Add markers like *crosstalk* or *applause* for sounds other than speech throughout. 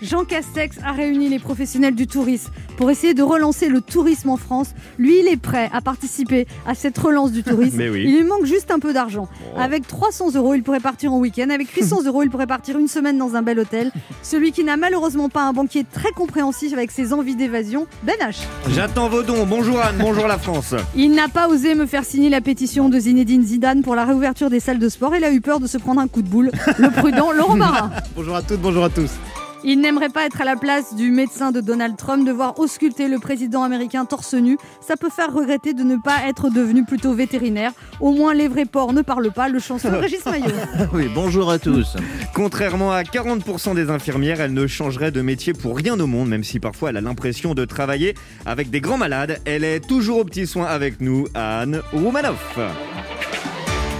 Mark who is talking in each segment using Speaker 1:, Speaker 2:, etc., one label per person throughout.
Speaker 1: Jean Castex a réuni les professionnels du tourisme pour essayer de relancer le tourisme en France. Lui, il est prêt à participer à cette relance
Speaker 2: *laughs*
Speaker 1: du tourisme.
Speaker 2: Mais oui. Oh.
Speaker 1: Il lui manque juste un peu d'argent. Avec 300 euros, il pourrait partir en week-end. Avec 800 euros, il pourrait partir une semaine dans un bel hôtel. Celui qui n'a malheureusement pas un banquier très compréhensif avec ses envies d'évasion, Ben H.
Speaker 3: J'attends vos dons. Bonjour Anne, bonjour la France.
Speaker 1: Il n'a pas osé me faire signer la pétition de Zinedine Zidane pour la réouverture des salles de sport. Il a eu peur de se prendre un coup de boule. Le
Speaker 2: *laughs*
Speaker 1: prudent Laurent Barra.
Speaker 3: Bonjour à toutes, bonjour à tous.
Speaker 1: Il n'aimerait pas être à la place du médecin de Donald Trump, de voir ausculter le président américain torse nu. Ça peut faire regretter de ne pas être devenu plutôt vétérinaire. Au moins, les vrais porcs ne parlent pas. Le
Speaker 3: *laughs*
Speaker 1: chanteur Régis Maillot.
Speaker 4: Oui, bonjour à tous.
Speaker 3: Contrairement à 40% des infirmières, elle ne changerait de métier pour rien au monde, même si parfois elle a l'impression de travailler avec des grands malades. Elle est toujours aux petits soins avec nous, Anne Roumanoff.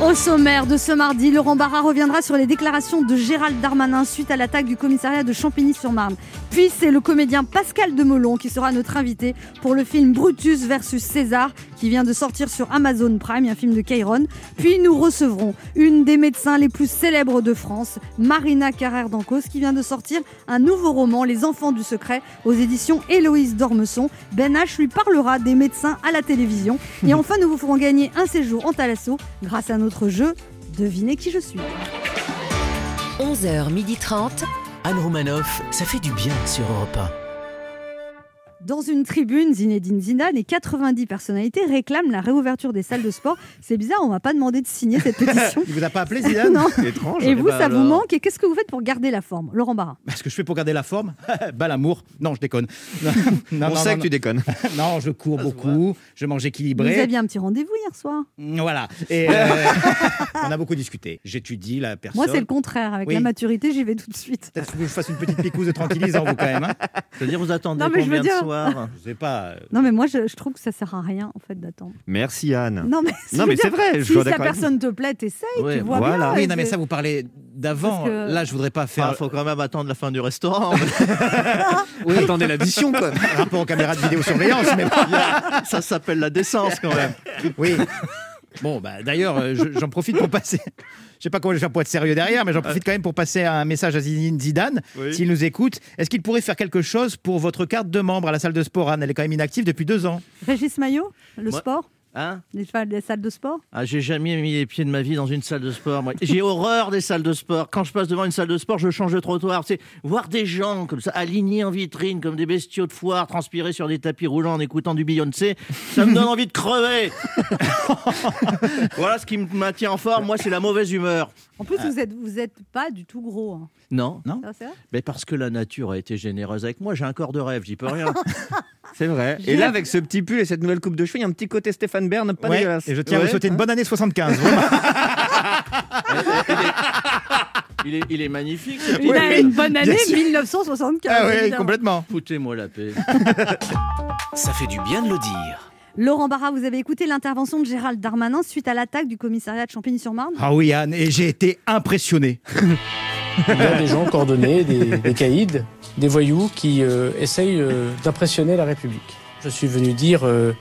Speaker 1: Au sommaire de ce mardi, Laurent Barra reviendra sur les déclarations de Gérald Darmanin suite à l'attaque du commissariat de Champigny-sur-Marne. Puis c'est le comédien Pascal Demolon qui sera notre invité pour le film Brutus versus César qui vient de sortir sur Amazon Prime, un film de Cairon. Puis nous recevrons une des médecins les plus célèbres de France, Marina Carrère d'Ancos, qui vient de sortir un nouveau roman, Les Enfants du Secret, aux éditions Héloïse Dormesson. Ben H lui parlera des médecins à la télévision. Et enfin, nous vous ferons gagner un séjour en Thalasso grâce à notre jeu Devinez qui je suis.
Speaker 5: 11h30.
Speaker 6: Anne Romanoff, ça fait du bien sur Europe 1.
Speaker 1: Dans une tribune, Zinedine Zidane et 90 personnalités réclament la réouverture des salles de sport. C'est bizarre, on m'a pas demandé de signer
Speaker 2: *laughs*
Speaker 1: cette pétition.
Speaker 3: Il vous a pas appelé Zidane
Speaker 1: Non.
Speaker 3: Étrange.
Speaker 2: Eh
Speaker 1: Et vous,
Speaker 4: bah
Speaker 1: ça vous
Speaker 4: alors.
Speaker 1: manque Et qu'est-ce que vous faites pour garder la forme Laurent Barra.
Speaker 2: Bah, Ce ben que je fais pour garder la forme *laughs* Bah l'amour. Non, je déconne. *laughs* Non, non,
Speaker 3: On
Speaker 2: non,
Speaker 3: sait que
Speaker 2: non,
Speaker 3: tu déconnes.
Speaker 2: *laughs* non, je cours beaucoup, je mange
Speaker 1: Vous
Speaker 2: équilibré. Mm,
Speaker 1: aviez un petit rendez-vous hier soir
Speaker 2: Voilà.
Speaker 1: *laughs*
Speaker 2: Et euh, on a beaucoup discuté. J'étudie la personne.
Speaker 1: Moi, c'est le contraire. Avec
Speaker 2: Oui.
Speaker 1: la maturité, j'y vais tout de suite.
Speaker 2: Peut-être que je fasse une petite picouse de tranquillisant, vous, quand même. hein.
Speaker 4: C'est-à-dire, vous attendez
Speaker 1: Non, mais je
Speaker 4: combien
Speaker 1: veux
Speaker 4: de
Speaker 1: dire-
Speaker 4: soirs
Speaker 2: Je sais pas. euh,
Speaker 1: *laughs* Non, mais moi, je, je trouve que ça sert à rien, en fait, d'attendre.
Speaker 3: Merci Anne.
Speaker 1: Non, mais, je
Speaker 3: Non,
Speaker 1: veux
Speaker 3: mais
Speaker 1: dire,
Speaker 3: c'est vrai, je
Speaker 1: Si
Speaker 3: suis
Speaker 1: la
Speaker 3: d'accord avec vous.
Speaker 1: personne te plaît, t'essayes,
Speaker 4: Ouais,
Speaker 1: tu vois
Speaker 3: voilà.
Speaker 1: bien.
Speaker 2: Oui, non, mais
Speaker 1: C'est-
Speaker 2: ça, vous parlez
Speaker 1: Parce
Speaker 2: d'avant.
Speaker 1: que-
Speaker 2: Là, je voudrais pas
Speaker 4: Il
Speaker 2: faire
Speaker 4: Ah, faut quand même attendre la fin
Speaker 2: *laughs*
Speaker 4: du restaurant.
Speaker 3: Attendez l'addition quoi.
Speaker 2: rapport aux caméras de vidéosurveillance. mais bon. *laughs*
Speaker 4: ça s'appelle la décence quand même.
Speaker 2: Oui. Bon, bah, d'ailleurs, euh, je- j'en profite pour passer. Je sais pas comment je vais faire pour être sérieux derrière, mais j'en profite quand même pour passer un message à Zinedine Zidane,
Speaker 3: Oui.
Speaker 2: s'il nous écoute. Est-ce qu'il pourrait faire quelque chose pour votre carte de membre à la salle de sport Anne, elle est quand même inactive depuis deux ans.
Speaker 1: Régis Maillot, le
Speaker 4: Moi-
Speaker 1: sport,
Speaker 4: Hein
Speaker 1: les, fa- les salles de sport.
Speaker 4: ah, j'ai jamais mis les pieds de ma vie dans une salle de sport. moi. J'ai horreur des salles de sport. Quand je passe devant une salle de sport, je change de trottoir. C'est voir des gens comme ça alignés en vitrine comme des bestiaux de foire, transpirer sur des tapis roulants en écoutant du Beyoncé, ça me donne envie
Speaker 2: *laughs*
Speaker 4: de crever. *laughs* voilà ce qui me maintient en forme. Moi, c'est la mauvaise humeur. Ah.
Speaker 1: En plus, vous êtes, vous êtes pas du tout gros. hein.
Speaker 4: Non,
Speaker 2: Ah. Non.
Speaker 1: Ça, c'est
Speaker 2: *laughs*
Speaker 1: vrai
Speaker 4: mais parce que la nature a été généreuse avec moi. J'ai un corps de rêve, j'y peux rien.
Speaker 3: C'est vrai. Et là avec ce petit pull et cette nouvelle coupe de cheveux, il y a un petit côté Stéphane Bern, pas
Speaker 2: Ouais,
Speaker 3: dégueulasse.
Speaker 2: et je tiens à
Speaker 3: Ouais.
Speaker 2: vous souhaiter une bonne
Speaker 3: *laughs*
Speaker 2: année 75. vraiment.
Speaker 4: Il est, il est magnifique.
Speaker 1: Une, une bonne année
Speaker 2: sûr.
Speaker 1: 1975.
Speaker 2: ah oui,
Speaker 1: évidemment.
Speaker 2: complètement.
Speaker 4: Foutez-moi la paix.
Speaker 6: Ça fait du bien de le dire.
Speaker 1: Laurent Barra, vous avez écouté l'intervention de Gérald Darmanin suite à l'attaque du commissariat de Champigny-sur-Marne.
Speaker 2: Ah oui, Anne, et j'ai été impressionné.
Speaker 7: Il y a des gens coordonnés, des, des caïds, des voyous qui euh, essayent euh, d'impressionner la République. Je suis venu dire euh,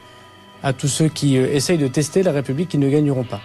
Speaker 7: à tous ceux qui euh, essayent de tester la République qu'ils ne gagneront pas.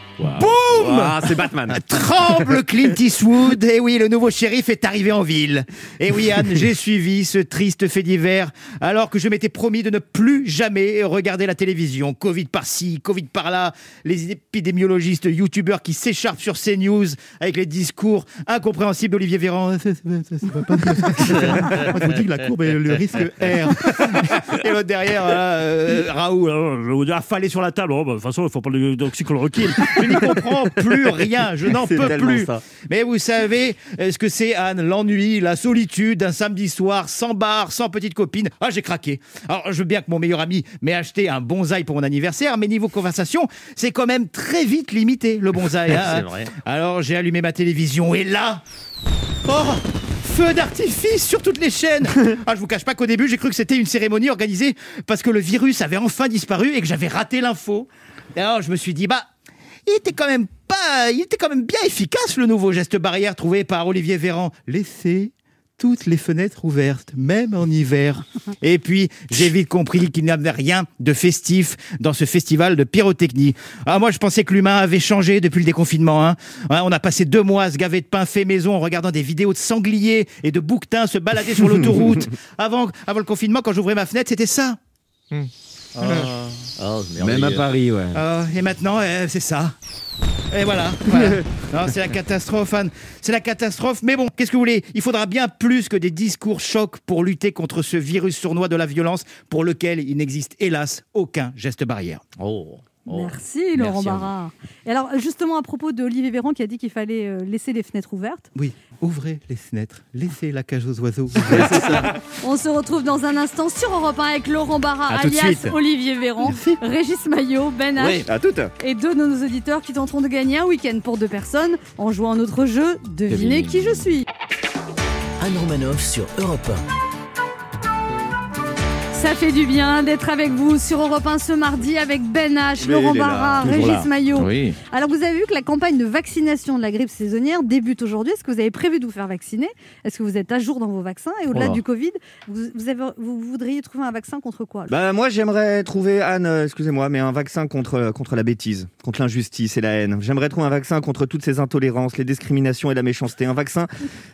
Speaker 3: Ah, c'est *laughs* Batman.
Speaker 2: Tremble Clint Eastwood. Et oui, le nouveau shérif est arrivé en ville. Et oui, Anne, j'ai suivi ce triste fait divers alors que je m'étais promis de ne plus jamais regarder la télévision. Covid par-ci, Covid par-là, les épidémiologistes, youtubeurs qui s'écharpent sur CNews avec les discours incompréhensibles d'Olivier Véran. Ça, ça va- ça, ça va pas. Je vous dis que la courbe et le risque R. *laughs* Et l'autre derrière, là, euh, Raoul, euh, je vous dis, affalé sur la table. Oh, bah, de toute façon, il faut pas de- d'oxychloroquine. Je n'y comprends plus rien. Je n'en
Speaker 4: *laughs* C'est
Speaker 2: peux
Speaker 4: tellement
Speaker 2: plus.
Speaker 4: ça.
Speaker 2: Mais vous savez euh, ce que c'est, Anne, l'ennui, la solitude, un samedi soir, sans bar, sans petite copine. Ah, j'ai craqué. Alors, je veux bien que mon meilleur ami m'ait acheté un bonsaï pour mon anniversaire, mais niveau conversation, c'est quand même très vite limité, le
Speaker 4: Ah,
Speaker 2: bonsaï. hein.
Speaker 4: *laughs* C'est vrai.
Speaker 2: Alors, j'ai allumé ma télévision et là. Oh Feu d'artifice sur toutes les chaînes Ah, je vous cache pas qu'au début, j'ai cru que c'était une cérémonie organisée parce que le virus avait enfin disparu et que j'avais raté l'info. Alors, je me suis dit, bah, il était quand même pas... Il était quand même bien efficace, le nouveau geste barrière trouvé par Olivier Véran. Laissez toutes les fenêtres ouvertes, même en hiver. Et puis, j'ai vite compris qu'il n'y avait rien de festif dans ce festival de pyrotechnie. Ah, moi, je pensais que l'humain avait changé depuis le déconfinement. hein. Ouais, on a passé deux mois à se gaver de pain fait maison en regardant des vidéos de sangliers et de bouquetins se balader sur l'autoroute. Avant, avant le confinement, quand j'ouvrais ma fenêtre, c'était ça.
Speaker 3: Ah.
Speaker 4: Ah, oh,
Speaker 3: Même à Paris, ouais.
Speaker 2: Ah, et maintenant, euh, c'est ça. Et voilà. voilà. Non, c'est la catastrophe, Anne. C'est la catastrophe. Mais bon, qu'est-ce que vous voulez Il faudra bien plus que des discours chocs pour lutter contre ce virus sournois de la violence pour lequel il n'existe, hélas, aucun geste barrière.
Speaker 4: Oh. oh.
Speaker 1: Merci Laurent
Speaker 4: Merci à vous.
Speaker 1: Barra. Et alors justement à propos de Olivier Véran qui a dit qu'il fallait euh, laisser les fenêtres ouvertes,
Speaker 2: Oui, ouvrez les fenêtres, laissez la cage
Speaker 3: *laughs*
Speaker 2: aux oiseaux.
Speaker 1: on se retrouve dans un instant sur Europe 1 avec Laurent Barra,
Speaker 2: À tout de
Speaker 1: alias
Speaker 2: suite.
Speaker 1: Olivier Véran, Régis Maillot, Ben H
Speaker 3: À toutes.
Speaker 1: et deux de nos auditeurs qui tenteront de gagner un week-end pour deux personnes en jouant à notre jeu Devinez
Speaker 4: Devinez.
Speaker 1: qui je suis.
Speaker 6: Anne Romanoff sur Europe
Speaker 1: Ça fait du bien d'être avec vous sur Europe 1 ce mardi avec Ben H,
Speaker 3: Mais
Speaker 1: Laurent
Speaker 3: il est là,
Speaker 1: Barra,
Speaker 3: toujours
Speaker 1: Régis
Speaker 3: là.
Speaker 1: Maillot.
Speaker 4: Oui.
Speaker 1: Alors vous avez vu que la campagne de vaccination de la grippe saisonnière débute aujourd'hui. Est-ce que vous avez prévu de vous faire vacciner Est-ce que vous êtes à jour dans vos vaccins Et au-delà
Speaker 4: Oh là.
Speaker 1: du Covid, vous, vous avez- vous voudriez trouver un vaccin contre quoi
Speaker 3: Bah moi j'aimerais trouver Anne, euh, excusez-moi, mais un vaccin contre euh, contre la bêtise, contre l'injustice et la haine. J'aimerais trouver un vaccin contre toutes ces intolérances, les discriminations et la méchanceté, un vaccin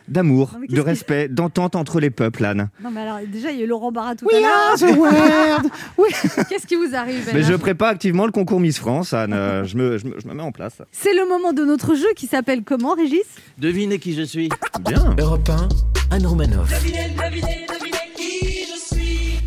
Speaker 3: d'amour,
Speaker 1: Non, mais qu'est-ce
Speaker 3: de
Speaker 1: que-
Speaker 3: respect, d'entente entre les peuples, Anne.
Speaker 1: Non mais alors déjà il y a eu Laurent Barra tout à l'heure. *laughs* Qu'est-ce qui vous arrive Ben
Speaker 3: Mais
Speaker 1: H
Speaker 3: je prépare activement le concours Miss France, Anne. Euh, je, me, je me je me mets en place.
Speaker 1: C'est le moment de notre jeu qui s'appelle comment Régis
Speaker 4: Devinez qui je suis.
Speaker 3: Bien.
Speaker 6: 1. Europe 1, Anne Romanoff.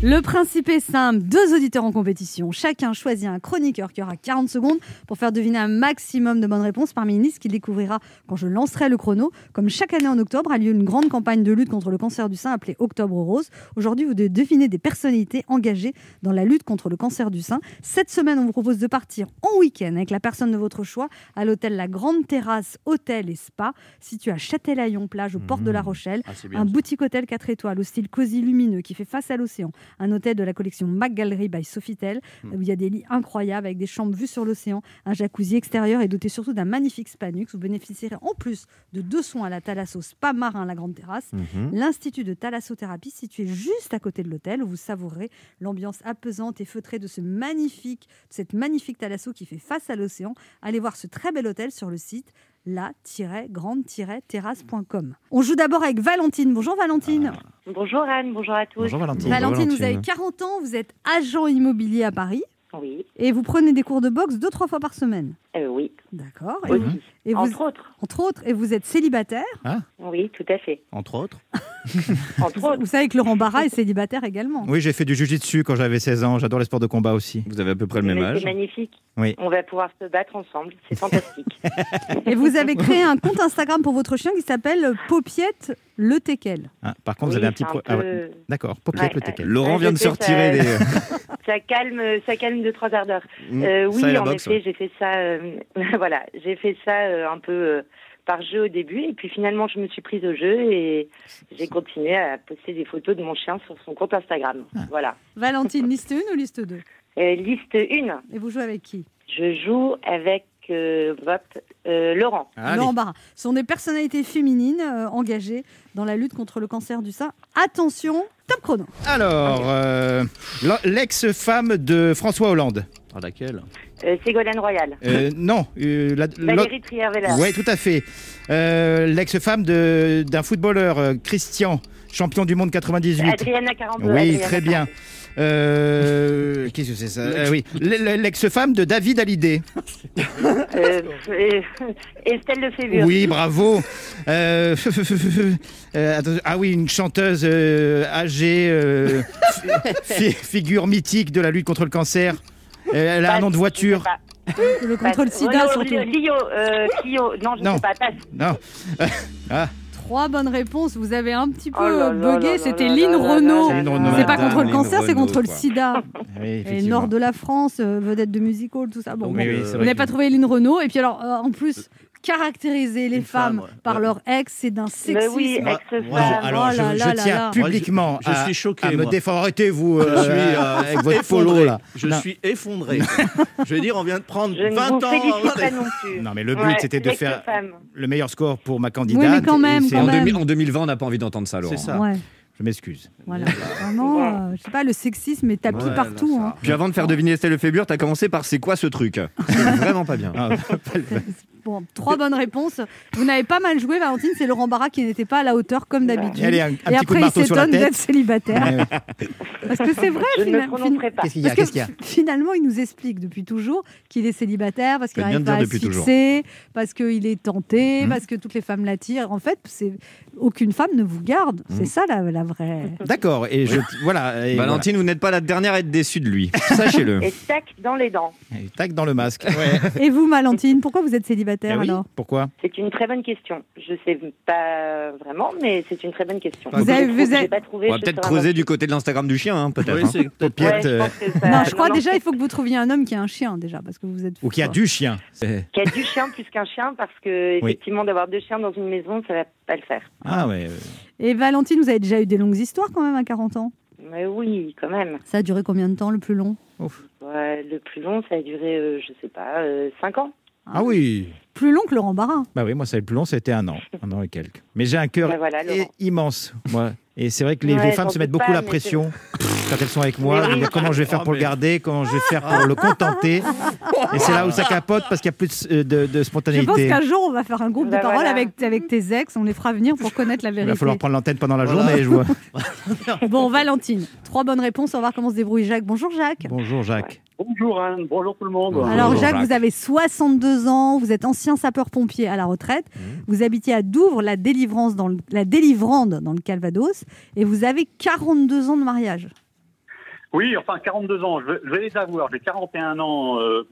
Speaker 1: Le principe est simple, deux auditeurs en compétition. Chacun choisit un chroniqueur qui aura 40 secondes pour faire deviner un maximum de bonnes réponses parmi une liste qu'il découvrira quand je lancerai le chrono. Comme chaque année en octobre a lieu une grande campagne de lutte contre le cancer du sein appelée Octobre Rose. Aujourd'hui, vous devez deviner des personnalités engagées dans la lutte contre le cancer du sein. Cette semaine, on vous propose de partir en week-end avec la personne de votre choix à l'hôtel La Grande Terrasse, hôtel et spa, situé à Châtelaillon-Plage, aux portes de La Rochelle.
Speaker 4: Ah, c'est
Speaker 1: Un boutique hôtel 4 étoiles au style cosy lumineux qui fait face à l'océan. Un hôtel de la collection Mac Gallery by Sofitel
Speaker 4: Mmh.
Speaker 1: où il y a des lits incroyables avec des chambres vues sur l'océan, un jacuzzi extérieur et doté surtout d'un magnifique spa nux. Vous bénéficierez en plus de deux soins à la Thalasso Spa Marin La Grande Terrasse,
Speaker 4: Mmh.
Speaker 1: l'institut de thalassothérapie situé juste à côté de l'hôtel où vous savourerez l'ambiance apaisante et feutrée de ce magnifique, de cette magnifique thalasso qui fait face à l'océan. Allez voir ce très bel hôtel sur le site la-grande-terrasse.com. On joue d'abord avec Valentine. Bonjour Valentine.
Speaker 5: Bonjour Anne, bonjour à tous.
Speaker 3: Bonjour Valentine.
Speaker 1: Valentine, vous avez 40 ans, vous êtes agent immobilier à Paris
Speaker 5: Oui,
Speaker 1: et vous prenez des cours de boxe deux, trois fois par semaine.
Speaker 5: euh, oui,
Speaker 1: D'accord. Et,
Speaker 5: aussi.
Speaker 1: et vous,
Speaker 5: Entre autres.
Speaker 1: entre autres, et vous êtes célibataire.
Speaker 5: Oui, tout à fait.
Speaker 4: Entre autres.
Speaker 5: Entre autres.
Speaker 1: Vous savez que Laurent Barra est célibataire également.
Speaker 2: Oui, j'ai fait du jujitsu quand j'avais 16 ans, j'adore les sports de combat aussi.
Speaker 3: Vous avez à peu près le
Speaker 5: Mais
Speaker 3: même âge.
Speaker 5: C'est magnifique.
Speaker 2: Oui.
Speaker 5: On va pouvoir se battre ensemble.
Speaker 3: *laughs*
Speaker 5: C'est fantastique.
Speaker 1: Et vous avez créé un compte Instagram pour votre chien qui s'appelle Popiette le Tequel.
Speaker 2: Hein, par contre,
Speaker 5: Oui,
Speaker 2: vous avez un
Speaker 5: c'est
Speaker 2: petit...
Speaker 5: un
Speaker 2: pro-
Speaker 5: peu-
Speaker 2: ah ouais. D'accord, paupiette
Speaker 5: Ouais,
Speaker 2: le
Speaker 5: ouais.
Speaker 2: teckel.
Speaker 3: Laurent
Speaker 5: Ouais,
Speaker 3: vient de
Speaker 5: j'ai fait
Speaker 3: sortir des.
Speaker 5: *laughs* ça calme, ça calme de trois quarts d'heure.
Speaker 3: Mm,
Speaker 5: Euh,
Speaker 3: ça et
Speaker 5: oui,
Speaker 3: la
Speaker 5: en
Speaker 3: boxe,
Speaker 5: effet, j'ai fait ça. euh, *laughs* voilà, j'ai fait ça euh, un peu euh, par jeu au début, et puis finalement, je me suis prise au jeu et j'ai continué à poster des photos de mon chien sur son compte Instagram.
Speaker 3: Ah.
Speaker 5: Voilà.
Speaker 1: Valentine, liste 1 ou liste 2
Speaker 5: Euh, liste 1,
Speaker 1: Et vous jouez avec qui
Speaker 5: je joue avec euh, votre, euh, Laurent.
Speaker 3: Allez.
Speaker 1: Laurent Barra. Ce sont des personnalités féminines euh, engagées dans la lutte contre le cancer du sein. Attention, top chrono.
Speaker 2: Alors, euh, l'ex-femme de François Hollande.
Speaker 4: Ah, laquelle
Speaker 5: Euh, Ségolène Royal.
Speaker 2: Euh, non, euh, la- l'autre-
Speaker 5: Valérie Trierweiler.
Speaker 2: Oui, tout à fait. Euh, L'ex-femme de- d'un footballeur, euh, Christian, champion du monde 98.
Speaker 5: Adriana 42.
Speaker 2: Oui,
Speaker 5: Adriana
Speaker 2: très bien. Euh, Qu'est-ce que c'est ça Euh, Oui, l- l- l'ex-femme de David Hallyday.
Speaker 5: *laughs* 42. Euh, euh, Estelle Lefebvre.
Speaker 2: Oui, bravo. Euh, *laughs* euh, attends, ah oui, une chanteuse euh, âgée, euh, fi- figure mythique de la lutte contre le cancer. Elle a un nom de voiture.
Speaker 1: Le contrôle sida surtout.
Speaker 5: Lio, euh, Clio. Non, je
Speaker 2: Non.
Speaker 5: sais pas. Passe.
Speaker 2: Non. *laughs* Ah.
Speaker 1: Trois bonnes réponses. Vous avez un petit peu
Speaker 5: Oh là là là
Speaker 1: bugué.
Speaker 5: là
Speaker 1: C'était
Speaker 5: là
Speaker 1: Lynn
Speaker 5: là là
Speaker 1: Renault.
Speaker 5: là là
Speaker 2: Lynn
Speaker 5: là
Speaker 2: Renault.
Speaker 1: C'est pas
Speaker 5: là
Speaker 1: contre
Speaker 5: là.
Speaker 1: le
Speaker 3: Madame
Speaker 1: cancer,
Speaker 3: Lynn
Speaker 1: c'est contre le
Speaker 3: Renault, quoi.
Speaker 1: sida.
Speaker 2: Oui,
Speaker 1: Et
Speaker 2: effectivement.
Speaker 1: nord de la France, euh, vedette de musical, tout ça. Bon,
Speaker 2: Oui,
Speaker 1: bon.
Speaker 2: oui, c'est
Speaker 1: Vous
Speaker 2: vrai
Speaker 1: n'avez pas trouvé Lynn Renault. Et puis alors, euh, en plus, caractériser les
Speaker 4: Une
Speaker 1: femmes
Speaker 4: femme, ouais.
Speaker 1: par
Speaker 4: Ouais.
Speaker 1: leur ex, c'est d'un
Speaker 5: Mais
Speaker 1: sexisme.
Speaker 5: oui,
Speaker 4: Moi-
Speaker 5: ex-femme.
Speaker 4: moi,
Speaker 2: Alors, alors,
Speaker 1: Oh
Speaker 2: je,
Speaker 1: là
Speaker 2: je
Speaker 1: là
Speaker 2: tiens
Speaker 1: là là.
Speaker 2: publiquement
Speaker 4: Je- je
Speaker 2: à,
Speaker 4: suis choqué,
Speaker 2: à me
Speaker 4: moi.
Speaker 2: défendre. Arrêtez-vous
Speaker 4: Je
Speaker 2: euh,
Speaker 4: suis euh,
Speaker 2: avec votre
Speaker 4: effondré.
Speaker 2: polo là.
Speaker 4: Je
Speaker 2: Non.
Speaker 4: suis effondré. Je vais dire, on vient de prendre
Speaker 5: Je ne
Speaker 4: 20
Speaker 5: vous
Speaker 4: ans.
Speaker 5: félicite pas non plus.
Speaker 2: Non, mais le but,
Speaker 5: Ouais,
Speaker 2: c'était de faire-
Speaker 5: ex-femme.
Speaker 2: Le meilleur score pour ma candidate.
Speaker 1: Oui, mais quand
Speaker 2: et
Speaker 1: même,
Speaker 2: c'est
Speaker 1: quand
Speaker 2: en
Speaker 1: même.
Speaker 2: 2000
Speaker 3: en 2020, on n'a pas envie d'entendre ça, Laurent.
Speaker 4: C'est ça.
Speaker 1: Ouais,
Speaker 2: Je m'excuse.
Speaker 1: voilà. Vraiment, euh, je sais pas, le sexisme est tapis
Speaker 4: Ouais,
Speaker 1: partout.
Speaker 4: là,
Speaker 1: hein.
Speaker 3: Puis avant de faire deviner Estelle Lefébure, t'as commencé par c'est quoi ce truc C'est vraiment pas bien. *laughs*
Speaker 2: Ah,
Speaker 1: Bon, trois bonnes réponses. Vous n'avez pas mal joué, Valentine. C'est Laurent Barra qui n'était pas à la hauteur comme d'habitude.
Speaker 2: Allez, un, un
Speaker 1: Et
Speaker 2: petit coup de
Speaker 1: après, il
Speaker 2: marteau sur la
Speaker 1: s'étonne d'être
Speaker 2: tête.
Speaker 1: célibataire.
Speaker 2: Ouais, ouais.
Speaker 1: Parce que c'est vrai,
Speaker 5: Je ne me
Speaker 1: fina- fin-
Speaker 5: prononcerai pas.
Speaker 2: Qu'est-ce qu'il y a,
Speaker 1: parce que
Speaker 2: qu'est-ce qu'il y a
Speaker 1: finalement, il nous explique depuis toujours qu'il est célibataire, parce qu'il
Speaker 3: Faites bien
Speaker 1: n'arrive
Speaker 3: de
Speaker 1: pas à
Speaker 3: dire
Speaker 1: se
Speaker 3: depuis toujours.
Speaker 1: fixer, parce qu'il est tenté,
Speaker 3: Mhm.
Speaker 1: parce que toutes les femmes l'attirent. En fait, c'est aucune femme ne vous garde. C'est
Speaker 3: Mhm.
Speaker 1: ça la, la vraie.
Speaker 2: D'accord. Et je voilà. et
Speaker 3: Valentine, vous n'êtes pas la dernière à être déçue de lui. Sachez-le.
Speaker 5: Et tac dans les dents.
Speaker 2: voilà. Et Tac dans le masque. Ouais.
Speaker 1: *laughs* Et vous, Valentine, pourquoi vous êtes
Speaker 2: Eh
Speaker 1: célibataire
Speaker 2: oui,
Speaker 1: alors
Speaker 2: Pourquoi
Speaker 5: C'est une très bonne question. Je sais pas vraiment, mais c'est une très bonne question.
Speaker 2: Vous
Speaker 1: avez-
Speaker 5: Je
Speaker 1: vous
Speaker 5: trouve-
Speaker 1: avez-
Speaker 5: j'ai pas trouvé.
Speaker 3: On va
Speaker 5: je
Speaker 3: peut-être
Speaker 5: serai
Speaker 3: creuser
Speaker 5: un-
Speaker 3: du côté de l'Instagram du chien, hein, peut-être.
Speaker 4: Oui,
Speaker 3: hein.
Speaker 4: c'est peut-être
Speaker 5: Ouais,
Speaker 2: Pierre,
Speaker 5: je
Speaker 2: euh,
Speaker 5: pense que ça-
Speaker 1: Non, je crois
Speaker 5: non,
Speaker 1: déjà,
Speaker 5: c'est-
Speaker 1: il faut que vous trouviez un homme qui a un chien déjà, parce que vous êtes.
Speaker 2: Ou qu'il y a
Speaker 1: fou,
Speaker 2: du chien.
Speaker 3: Eh.
Speaker 5: qu'il y a du chien plus qu'un chien parce que
Speaker 2: Oui.
Speaker 5: hein. Euh, effectivement d'avoir deux chiens dans une maison, ça va pas le faire.
Speaker 2: Ah ouais. euh,
Speaker 1: quoi. Et Valentine, vous avez déjà eu des longues histoires quand même à 40 ans.
Speaker 5: Mais oui, quand même.
Speaker 1: Ça a duré combien de temps le plus long
Speaker 5: Ouais, le plus long, ça a duré, euh, je sais pas, euh, cinq ans.
Speaker 2: Ah oui.
Speaker 1: Plus long que Laurent Barra.
Speaker 2: Bah oui, moi, ça a été plus long, c'était un an, un an et quelques. Mais j'ai un cœur
Speaker 5: Bah voilà, Laurent.
Speaker 2: i- immense, moi. Et c'est vrai que les,
Speaker 5: Ouais,
Speaker 2: les femmes
Speaker 5: j'en
Speaker 2: se mettent
Speaker 5: doute
Speaker 2: beaucoup
Speaker 5: pas,
Speaker 2: la
Speaker 5: mais
Speaker 2: pression *laughs* quand elles sont avec moi.
Speaker 5: Mais oui.
Speaker 2: Comment je vais faire
Speaker 4: Oh,
Speaker 2: pour le
Speaker 4: mais-
Speaker 2: garder Comment je vais faire pour le contenter Et c'est là où ça capote parce qu'il n'y a plus de, de- de
Speaker 1: Je pense
Speaker 2: spontanéité.
Speaker 1: qu'un jour, on va faire un groupe de
Speaker 5: Bah
Speaker 1: paroles
Speaker 5: voilà.
Speaker 1: avec, avec tes ex. On les fera venir pour connaître la
Speaker 2: Il
Speaker 1: vérité.
Speaker 2: va falloir prendre l'antenne pendant la
Speaker 4: Voilà.
Speaker 2: journée, je vois.
Speaker 1: *laughs* Eh Bon, Valentine, trois bonnes réponses. On va voir comment se débrouille Jacques. Bonjour Jacques.
Speaker 2: Bonjour Jacques.
Speaker 8: Bonjour, Anne. bonjour tout le monde.
Speaker 2: Bonjour.
Speaker 1: Alors Jacques,
Speaker 3: Jacques.
Speaker 1: vous avez 62 ans, vous êtes ancien sapeur-pompier à la retraite,
Speaker 8: Mmh.
Speaker 1: vous habitiez à Douvres, la, délivrance dans le- la délivrande dans le Calvados, et vous avez 42 ans de mariage.
Speaker 8: Oui, enfin 42 ans, je vais, je vais les avoir. J'ai 41 ans euh,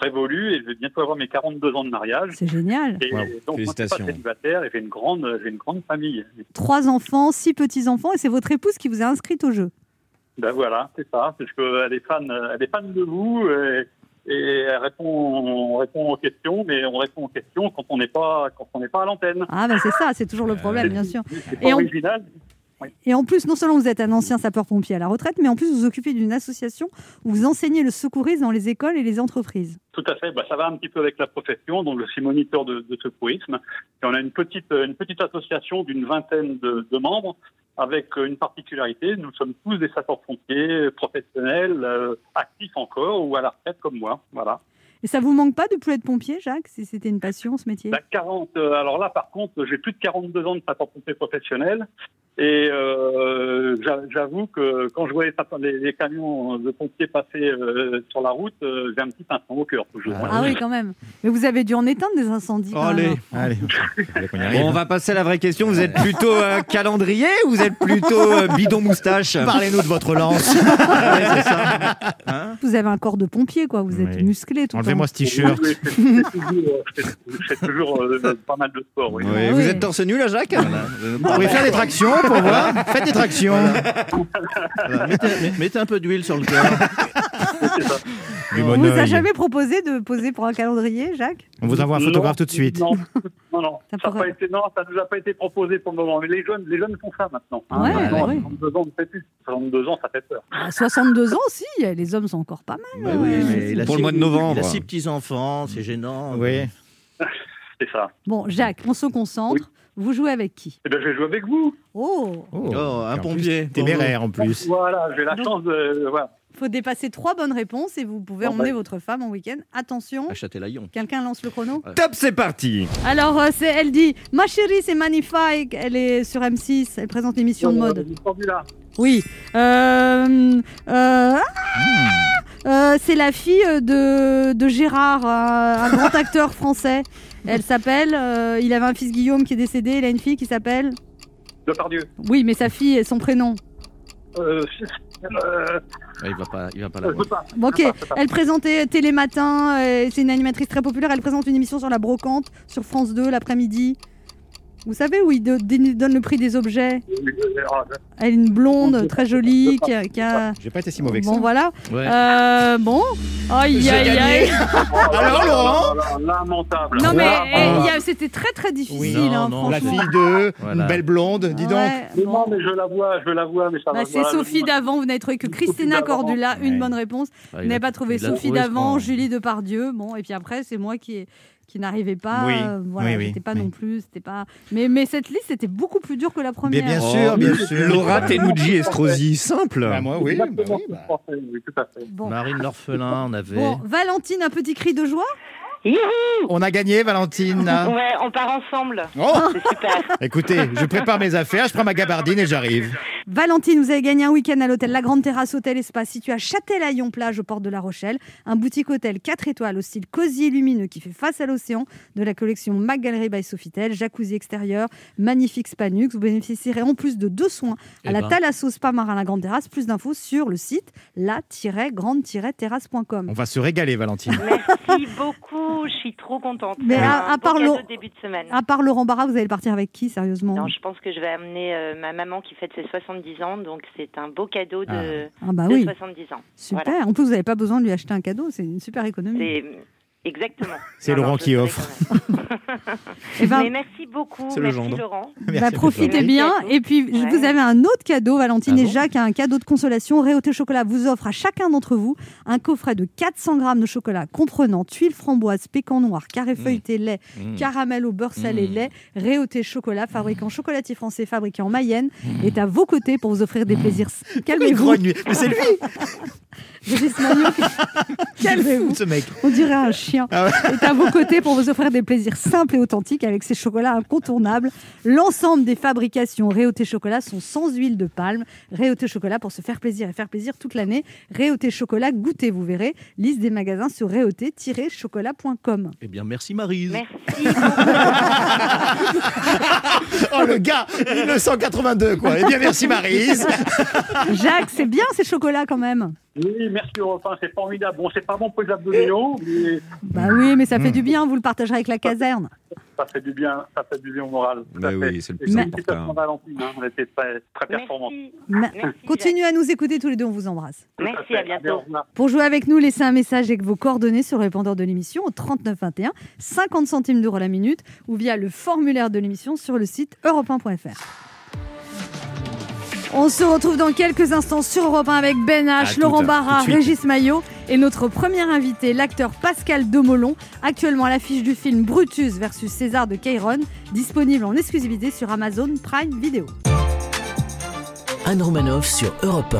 Speaker 8: révolus et je vais bientôt avoir mes 42 ans de mariage.
Speaker 1: C'est génial.
Speaker 8: Et
Speaker 3: Wow,
Speaker 8: donc, moi, je suis pas
Speaker 3: félicitations.
Speaker 8: célibataire et j'ai une grande, j'ai une grande famille.
Speaker 1: Trois enfants, six petits-enfants, et c'est votre épouse qui vous a inscrite au jeu.
Speaker 8: Ben voilà, c'est ça. Parce qu'elle est fan, elle est fan de vous et, et elle répond, on répond aux questions, mais on répond aux questions quand on n'est pas, quand on n'est pas à l'antenne.
Speaker 1: Ah ben c'est ça, c'est toujours le problème, bien sûr.
Speaker 8: Euh, C'est
Speaker 1: Et on-
Speaker 8: pas original.
Speaker 1: Et en plus, non seulement vous êtes un ancien sapeur-pompier à la retraite, mais en plus vous vous occupez d'une association où vous enseignez le secourisme dans les écoles et les entreprises.
Speaker 8: Tout à fait. Bah, ça va un petit peu avec la profession. Donc, je suis moniteur de, de secourisme. Et on a une petite, euh, une petite association d'une vingtaine de, de membres avec euh, une particularité. Nous sommes tous des sapeurs-pompiers professionnels, euh, actifs encore ou à la retraite comme moi. Voilà.
Speaker 1: Et ça vous manque pas de poulet de pompier, Jacques, si c'était une passion ce métier
Speaker 2: Bah,
Speaker 8: La 40, euh, alors là, par contre, j'ai plus de 42 ans de sapeur-pompier professionnel. Et euh, j'a- j'avoue que quand je vois les, sapeurs- les- les camions de pompiers passer euh, sur la route, euh, j'ai un petit instant au cœur toujours.
Speaker 2: bah
Speaker 1: Ah oui, quand même. Mais vous avez dû en éteindre des incendies. quand même. hein.
Speaker 2: Allez,
Speaker 3: *laughs*
Speaker 2: allez. On y arrive.
Speaker 3: Bon, on va passer à la vraie question. Vous êtes plutôt euh, calendrier ou vous êtes plutôt euh, bidon moustache
Speaker 2: Parlez-nous de
Speaker 1: *laughs*
Speaker 2: votre
Speaker 3: Ah
Speaker 2: lance.
Speaker 3: Hein
Speaker 1: Vous avez un corps de pompier, quoi. Vous êtes
Speaker 2: Oui.
Speaker 1: musclé tout le temps.
Speaker 2: Enlevez-moi ce t-shirt.
Speaker 8: Oui, c'est- c'est toujours, c'est- c'est toujours, euh, pas mal de sport, oui.
Speaker 3: Oui,
Speaker 1: Ah
Speaker 3: Vous
Speaker 1: oui.
Speaker 3: êtes torse nu là, Jacques
Speaker 2: Vous pouvez faire des tractions pour voir Faites des tractions.
Speaker 4: Voilà, mettez, met- mettez un peu d'huile sur le corps.
Speaker 2: Du
Speaker 1: On
Speaker 2: bon
Speaker 1: vous a
Speaker 2: oeil.
Speaker 1: jamais proposé de poser pour un calendrier, Jacques
Speaker 2: On vous envoie un photographe tout de suite.
Speaker 8: Non, non, non,
Speaker 1: Ça
Speaker 8: ça,
Speaker 1: pourrait-
Speaker 8: a pas été, non, ça nous a pas été proposé pour le moment. Mais les jeunes, les jeunes font ça maintenant. hein.
Speaker 1: Ah Ouais,
Speaker 8: Maintenant,
Speaker 1: ouais.
Speaker 8: à 62 ans, on ne fait plus. 62 ans, ça fait peur.
Speaker 1: À 62 Ah, ans, si. Les hommes sont encore pas mal.
Speaker 4: Bah oui, mais il a
Speaker 3: Pour le
Speaker 4: six-
Speaker 3: mois de novembre.
Speaker 4: Il a six petits-enfants, c'est gênant.
Speaker 2: Oui.
Speaker 8: C'est ça.
Speaker 1: Bon, Jacques, on se concentre. Vous jouez avec qui
Speaker 8: Eh bien, je vais jouer avec vous.
Speaker 1: Oh
Speaker 4: Oh, un
Speaker 2: Et en plus,
Speaker 4: pompier.
Speaker 2: Téméraire en plus.
Speaker 8: Voilà, j'ai la chance de. euh, Voilà.
Speaker 1: faut dépasser trois bonnes réponses et vous
Speaker 2: Ah,
Speaker 1: pouvez
Speaker 8: Bon,
Speaker 1: emmener
Speaker 2: bah.
Speaker 1: votre femme en week-end. Attention,
Speaker 4: À Châtelaillon.
Speaker 1: quelqu'un lance le chrono
Speaker 3: Top, c'est parti.
Speaker 1: Alors, euh, c'est, elle dit « Ma chérie, c'est magnifique !» Elle est sur M6, elle présente l'émission de mode.
Speaker 8: Une formule là.
Speaker 1: Oui. Euh, euh, ah Euh, c'est la fille de, de Gérard, un, un grand acteur français. Elle s'appelle. euh, il avait un fils Guillaume qui est décédé. Il a une fille qui s'appelle.
Speaker 8: Depardieu.
Speaker 1: Oui, mais sa fille et son prénom.
Speaker 8: Euh, c'est- euh,
Speaker 4: Ouais, il va pas, il va pas
Speaker 8: je
Speaker 4: l'avoir.
Speaker 8: peux pas.
Speaker 1: Bon, ok.
Speaker 8: Je peux pas, je peux pas.
Speaker 1: Elle présentait Télématin. euh, c'est une animatrice très populaire. Elle présente une émission sur la brocante sur France 2 l'après-midi. Vous savez où il do- dé- donne le prix des objets
Speaker 8: Ah,
Speaker 1: Elle est une blonde très jolie qui a. qui a-
Speaker 2: J'ai pas été si mauvais que
Speaker 1: Bon,
Speaker 2: ça.
Speaker 1: voilà.
Speaker 2: Ouais.
Speaker 1: Euh, bon. Aïe,
Speaker 2: J'ai
Speaker 1: aïe,
Speaker 2: gagné.
Speaker 1: aïe.
Speaker 8: Oh
Speaker 2: Alors, Laurent
Speaker 8: Lamentable.
Speaker 1: Non, mais
Speaker 2: Ah.
Speaker 1: eh, il y a- c'était très, très difficile,
Speaker 4: Oui.
Speaker 1: hein,
Speaker 4: Non, non,
Speaker 2: La
Speaker 1: franchement.
Speaker 2: fille de,
Speaker 4: Voilà.
Speaker 2: une belle blonde, dis donc.
Speaker 1: Ouais,
Speaker 8: Mais
Speaker 1: bon.
Speaker 8: non, mais je la vois, je la vois, mais ça
Speaker 1: Bah,
Speaker 8: va.
Speaker 1: c'est
Speaker 8: voilà,
Speaker 1: Sophie
Speaker 8: je-
Speaker 1: d'avant, vous n'avez trouvé que
Speaker 8: Sophie
Speaker 1: Christina
Speaker 8: d'avant.
Speaker 1: Cordula, une
Speaker 4: Ouais.
Speaker 1: bonne réponse.
Speaker 4: Ah,
Speaker 1: Vous
Speaker 4: il
Speaker 1: n'avez
Speaker 4: a-
Speaker 1: pas trouvé
Speaker 4: il a
Speaker 1: Sophie
Speaker 4: trouvé ce
Speaker 1: d'avant,
Speaker 4: qu'on-
Speaker 1: Julie Depardieu. Bon, et puis après, c'est moi qui, qui n'arrivais pas.
Speaker 2: Oui,
Speaker 1: euh, voilà,
Speaker 2: oui, oui,
Speaker 1: j'étais pas
Speaker 2: oui.
Speaker 1: non plus. C'était pas... mais, mais cette liste était beaucoup plus dure que la
Speaker 2: Bien,
Speaker 1: première.
Speaker 2: bien sûr, bien sûr.
Speaker 3: Laura Tenucci Estrosi, simple.
Speaker 2: Bah, moi, oui. bah oui,
Speaker 8: Exactement,
Speaker 2: bah.
Speaker 8: c'est français, oui, tout à fait.
Speaker 1: Bon.
Speaker 4: Marine l'orphelin, on avait.
Speaker 1: Bon, Valentine, un petit cri de joie
Speaker 2: On a gagné, Valentine.
Speaker 5: Ouais, on part ensemble.
Speaker 2: Oh,
Speaker 5: C'est super.
Speaker 2: écoutez, je prépare mes affaires, je prends ma gabardine et j'arrive.
Speaker 1: Valentine, vous avez gagné un week-end à l'hôtel La Grande Terrasse Hôtel Espace, situé à Châtelaillon-Plage, au port de La Rochelle. Un boutique hôtel 4 étoiles au style cosy et lumineux qui fait face à l'océan de la collection Mac Gallery by Sofitel, jacuzzi extérieur, magnifique spa Nux. Vous bénéficierez en plus de deux soins à
Speaker 4: Eh
Speaker 1: la
Speaker 4: ben.
Speaker 1: Thalasso Spa Marin La Grande Terrasse. Plus d'infos sur le site la-grande-terrasse.com.
Speaker 2: On va se régaler, Valentine.
Speaker 5: Merci beaucoup. Je suis trop contente.
Speaker 1: Mais
Speaker 5: C'est
Speaker 1: à-
Speaker 5: un
Speaker 1: à part
Speaker 5: beau cadeau
Speaker 1: l'eau-
Speaker 5: de début de semaine.
Speaker 1: À part Laurent Barra, vous allez partir avec qui, sérieusement
Speaker 5: Non, je pense que je vais amener euh, ma maman qui fête ses 70 ans, donc c'est un beau cadeau de,
Speaker 1: Ah bah
Speaker 5: de
Speaker 1: oui,
Speaker 5: 70 ans.
Speaker 1: super. En plus, vous n'avez pas besoin de lui acheter un cadeau, c'est une super économie.
Speaker 5: C'est exactement.
Speaker 2: C'est Laurent
Speaker 5: je
Speaker 2: qui
Speaker 5: serai
Speaker 2: offre.
Speaker 5: quand même.
Speaker 1: Eh ben,
Speaker 5: Mais merci beaucoup,
Speaker 3: C'est le
Speaker 5: merci
Speaker 3: gendre.
Speaker 5: Laurent.
Speaker 1: Bah,
Speaker 2: Merci,
Speaker 1: profitez
Speaker 5: Merci
Speaker 1: bien.
Speaker 5: à vous.
Speaker 1: Et puis,
Speaker 5: Ouais.
Speaker 1: vous avez un autre cadeau, Valentine
Speaker 4: Ah
Speaker 1: et
Speaker 4: bon
Speaker 1: Jacques, un cadeau de consolation. Réauté Chocolat vous offre à chacun d'entre vous un coffret de 400 grammes de chocolat comprenant tuiles framboises, pécan noir, carré feuilleté, lait,
Speaker 4: Mmh.
Speaker 1: caramel au beurre salé,
Speaker 2: Mmh.
Speaker 4: Mm.
Speaker 1: lait. Réauté Chocolat, fabricant chocolatier français, fabriqué en Mayenne, est à vos côtés pour vous offrir des plaisirs.
Speaker 2: Mmh. Il
Speaker 1: Calmez-vous,
Speaker 2: grogne,
Speaker 1: *laughs*
Speaker 2: mais c'est lui,
Speaker 1: Régis
Speaker 2: *laughs*
Speaker 1: Maillot. Calmez-vous.
Speaker 2: ce mec.
Speaker 1: On dirait un chien.
Speaker 2: Ah
Speaker 1: Est à vos côtés pour vous offrir des plaisirs simples et authentiques avec ses chocolats incontournables. L'ensemble des fabrications Réauté Chocolat sont sans huile de palme. Réauté Chocolat pour se faire plaisir et faire plaisir toute l'année. Réauté Chocolat, goûtez, vous verrez. Liste des magasins sur réauté-chocolat.com.
Speaker 4: Eh bien, merci Marise.
Speaker 5: Merci beaucoup.
Speaker 2: *laughs* Oh, le gars, 1982, quoi. Eh bien, merci, Marise.
Speaker 1: Jacques, c'est bien ces chocolats quand même.
Speaker 8: *laughs* Oui, merci Europe 1, c'est formidable. Bon, c'est pas bon pour les abdominaux, mais
Speaker 1: Bah oui, mais ça fait du bien, vous le partagerez avec la caserne.
Speaker 8: ça fait du bien, ça fait du bien au moral. tout à
Speaker 3: Mais
Speaker 8: fait.
Speaker 3: oui, c'est le
Speaker 8: Et
Speaker 3: plus
Speaker 8: Félicitations
Speaker 3: important.
Speaker 8: Valentine, hein, on était très, très performante.
Speaker 5: Merci.
Speaker 1: Ma-
Speaker 5: Merci,
Speaker 1: Continuez à nous écouter tous les deux, on vous embrasse.
Speaker 5: Merci, à bientôt.
Speaker 1: Pour jouer avec nous, laissez un message avec vos coordonnées sur le répondeur de l'émission au 3921, 50 centimes d'euros la minute ou via le formulaire de l'émission sur le site europe1.fr. On se retrouve dans quelques instants sur Europe 1 avec Ben H,
Speaker 3: À
Speaker 1: Laurent
Speaker 3: tout à-
Speaker 1: Barra,
Speaker 3: tout de suite.
Speaker 1: Régis Maillot et notre premier invité, l'acteur Pascal Demolon, actuellement à l'affiche du film Brutus versus César de Cairon, disponible en exclusivité sur Amazon Prime Video.
Speaker 6: Anne Romanoff sur Europe 1.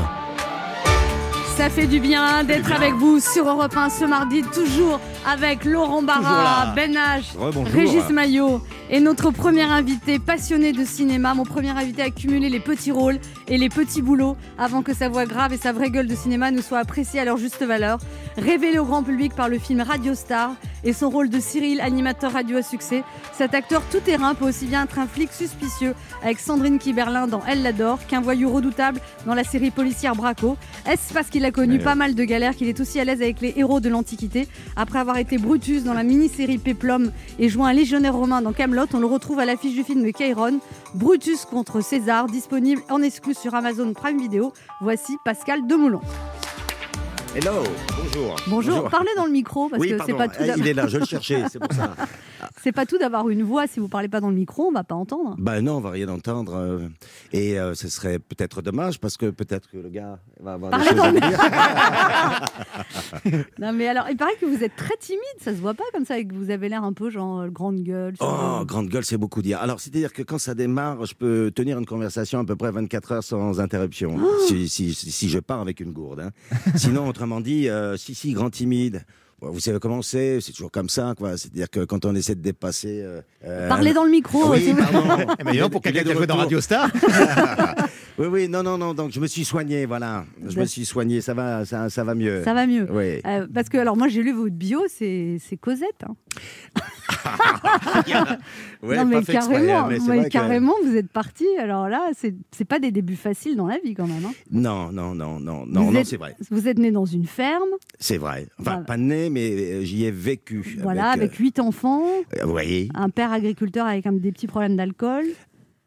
Speaker 4: *laughs*
Speaker 1: Ça fait du bien d'être avec vous sur Europe 1 ce mardi, toujours avec Laurent Barra,
Speaker 3: là.
Speaker 1: Ben H,
Speaker 3: Rebonjour.
Speaker 1: Régis Maillot et notre premier invité passionné de cinéma. Mon premier invité a cumulé les petits rôles et les petits boulots avant que sa voix grave et sa vraie gueule de cinéma ne soient appréciées à leur juste valeur. Révélé au grand public par le film Radio Star et son rôle de Cyril, animateur radio à succès, cet acteur tout-terrain peut aussi bien être un flic suspicieux avec Sandrine Kiberlin dans Elle l'adore qu'un voyou redoutable dans la série policière Braco. Est-ce parce qu'il a connu
Speaker 3: Ouais.
Speaker 1: pas mal de galères qu'il est aussi à l'aise avec les héros de l'Antiquité Après avoir été Brutus dans la mini-série Péplum et jouant un légionnaire romain dans Camelot, on le retrouve à l'affiche du film de Cairon, Brutus contre César, disponible en exclus sur Amazon Prime Video. Voici Pascal Demoulon.
Speaker 9: Hello, bonjour.
Speaker 1: Bonjour, parlez dans le micro parce
Speaker 9: oui,
Speaker 1: que c'est
Speaker 9: pardon,
Speaker 1: pas tout
Speaker 9: eh,
Speaker 1: d'avoir-
Speaker 9: il est
Speaker 1: *laughs*
Speaker 9: là, je le cherchais, c'est pour ça.
Speaker 1: c'est pas tout d'avoir une voix si vous parlez pas dans le micro, on va pas entendre.
Speaker 9: Ben non, on va rien entendre. euh, Et euh, ce serait peut-être dommage parce que peut-être que le gars va avoir des
Speaker 1: Parlez
Speaker 9: choses
Speaker 1: dans
Speaker 9: à
Speaker 1: le
Speaker 9: dire.
Speaker 1: Non mais alors, il paraît que vous êtes très timide, ça se voit pas comme ça et que vous avez l'air un peu genre euh, grande gueule.
Speaker 9: Oh,
Speaker 1: sur-
Speaker 9: grande gueule, c'est beaucoup dire. Alors, c'est-à-dire que quand ça démarre, je peux tenir une conversation à peu près 24 heures sans interruption,
Speaker 1: Oh.
Speaker 9: si, si, si, si je pars avec une gourde. hein.
Speaker 1: *laughs*
Speaker 9: Sinon, autrement dit, euh, si, si, grand timide. Bon, Vous savez comment c'est, c'est toujours comme ça, quoi. C'est-à-dire que quand on essaie de dépasser... euh, euh,
Speaker 1: Parlez dans le micro.
Speaker 9: Oui,
Speaker 1: c'est- *laughs*
Speaker 9: pardon.
Speaker 2: Eh ben, dis donc, pour
Speaker 9: Il est
Speaker 2: quelqu'un qui
Speaker 9: de
Speaker 2: a joué dans
Speaker 9: retour.
Speaker 2: Radio Star.
Speaker 9: *laughs* Oui, oui, non, non, non. Donc je me suis soigné, voilà. Je me suis soigné, ça va, ça, ça va mieux.
Speaker 1: Ça va mieux.
Speaker 9: Oui.
Speaker 1: *laughs* Euh, parce que alors moi j'ai lu votre bio, c'est c'est Cosette. hein.
Speaker 9: Ouais,
Speaker 1: non,
Speaker 9: pas
Speaker 1: mais
Speaker 9: fait exprès,
Speaker 1: carrément,
Speaker 9: hein, mais c'est
Speaker 1: mais
Speaker 9: vrai que-
Speaker 1: carrément, vous êtes parti. Alors là, c'est c'est pas des débuts faciles dans la vie quand même. hein.
Speaker 9: Non, non, non, non, non,
Speaker 1: Vous
Speaker 9: non,
Speaker 1: êtes-
Speaker 9: c'est vrai.
Speaker 1: Vous êtes né dans une ferme,
Speaker 9: C'est vrai. Enfin,
Speaker 1: Voilà.
Speaker 9: pas né, mais euh, j'y ai vécu.
Speaker 1: voilà, avec
Speaker 9: avec,
Speaker 1: huit enfants,
Speaker 9: euh, vous voyez
Speaker 1: un père agriculteur avec un, des petits problèmes
Speaker 9: *laughs*
Speaker 1: d'alcool.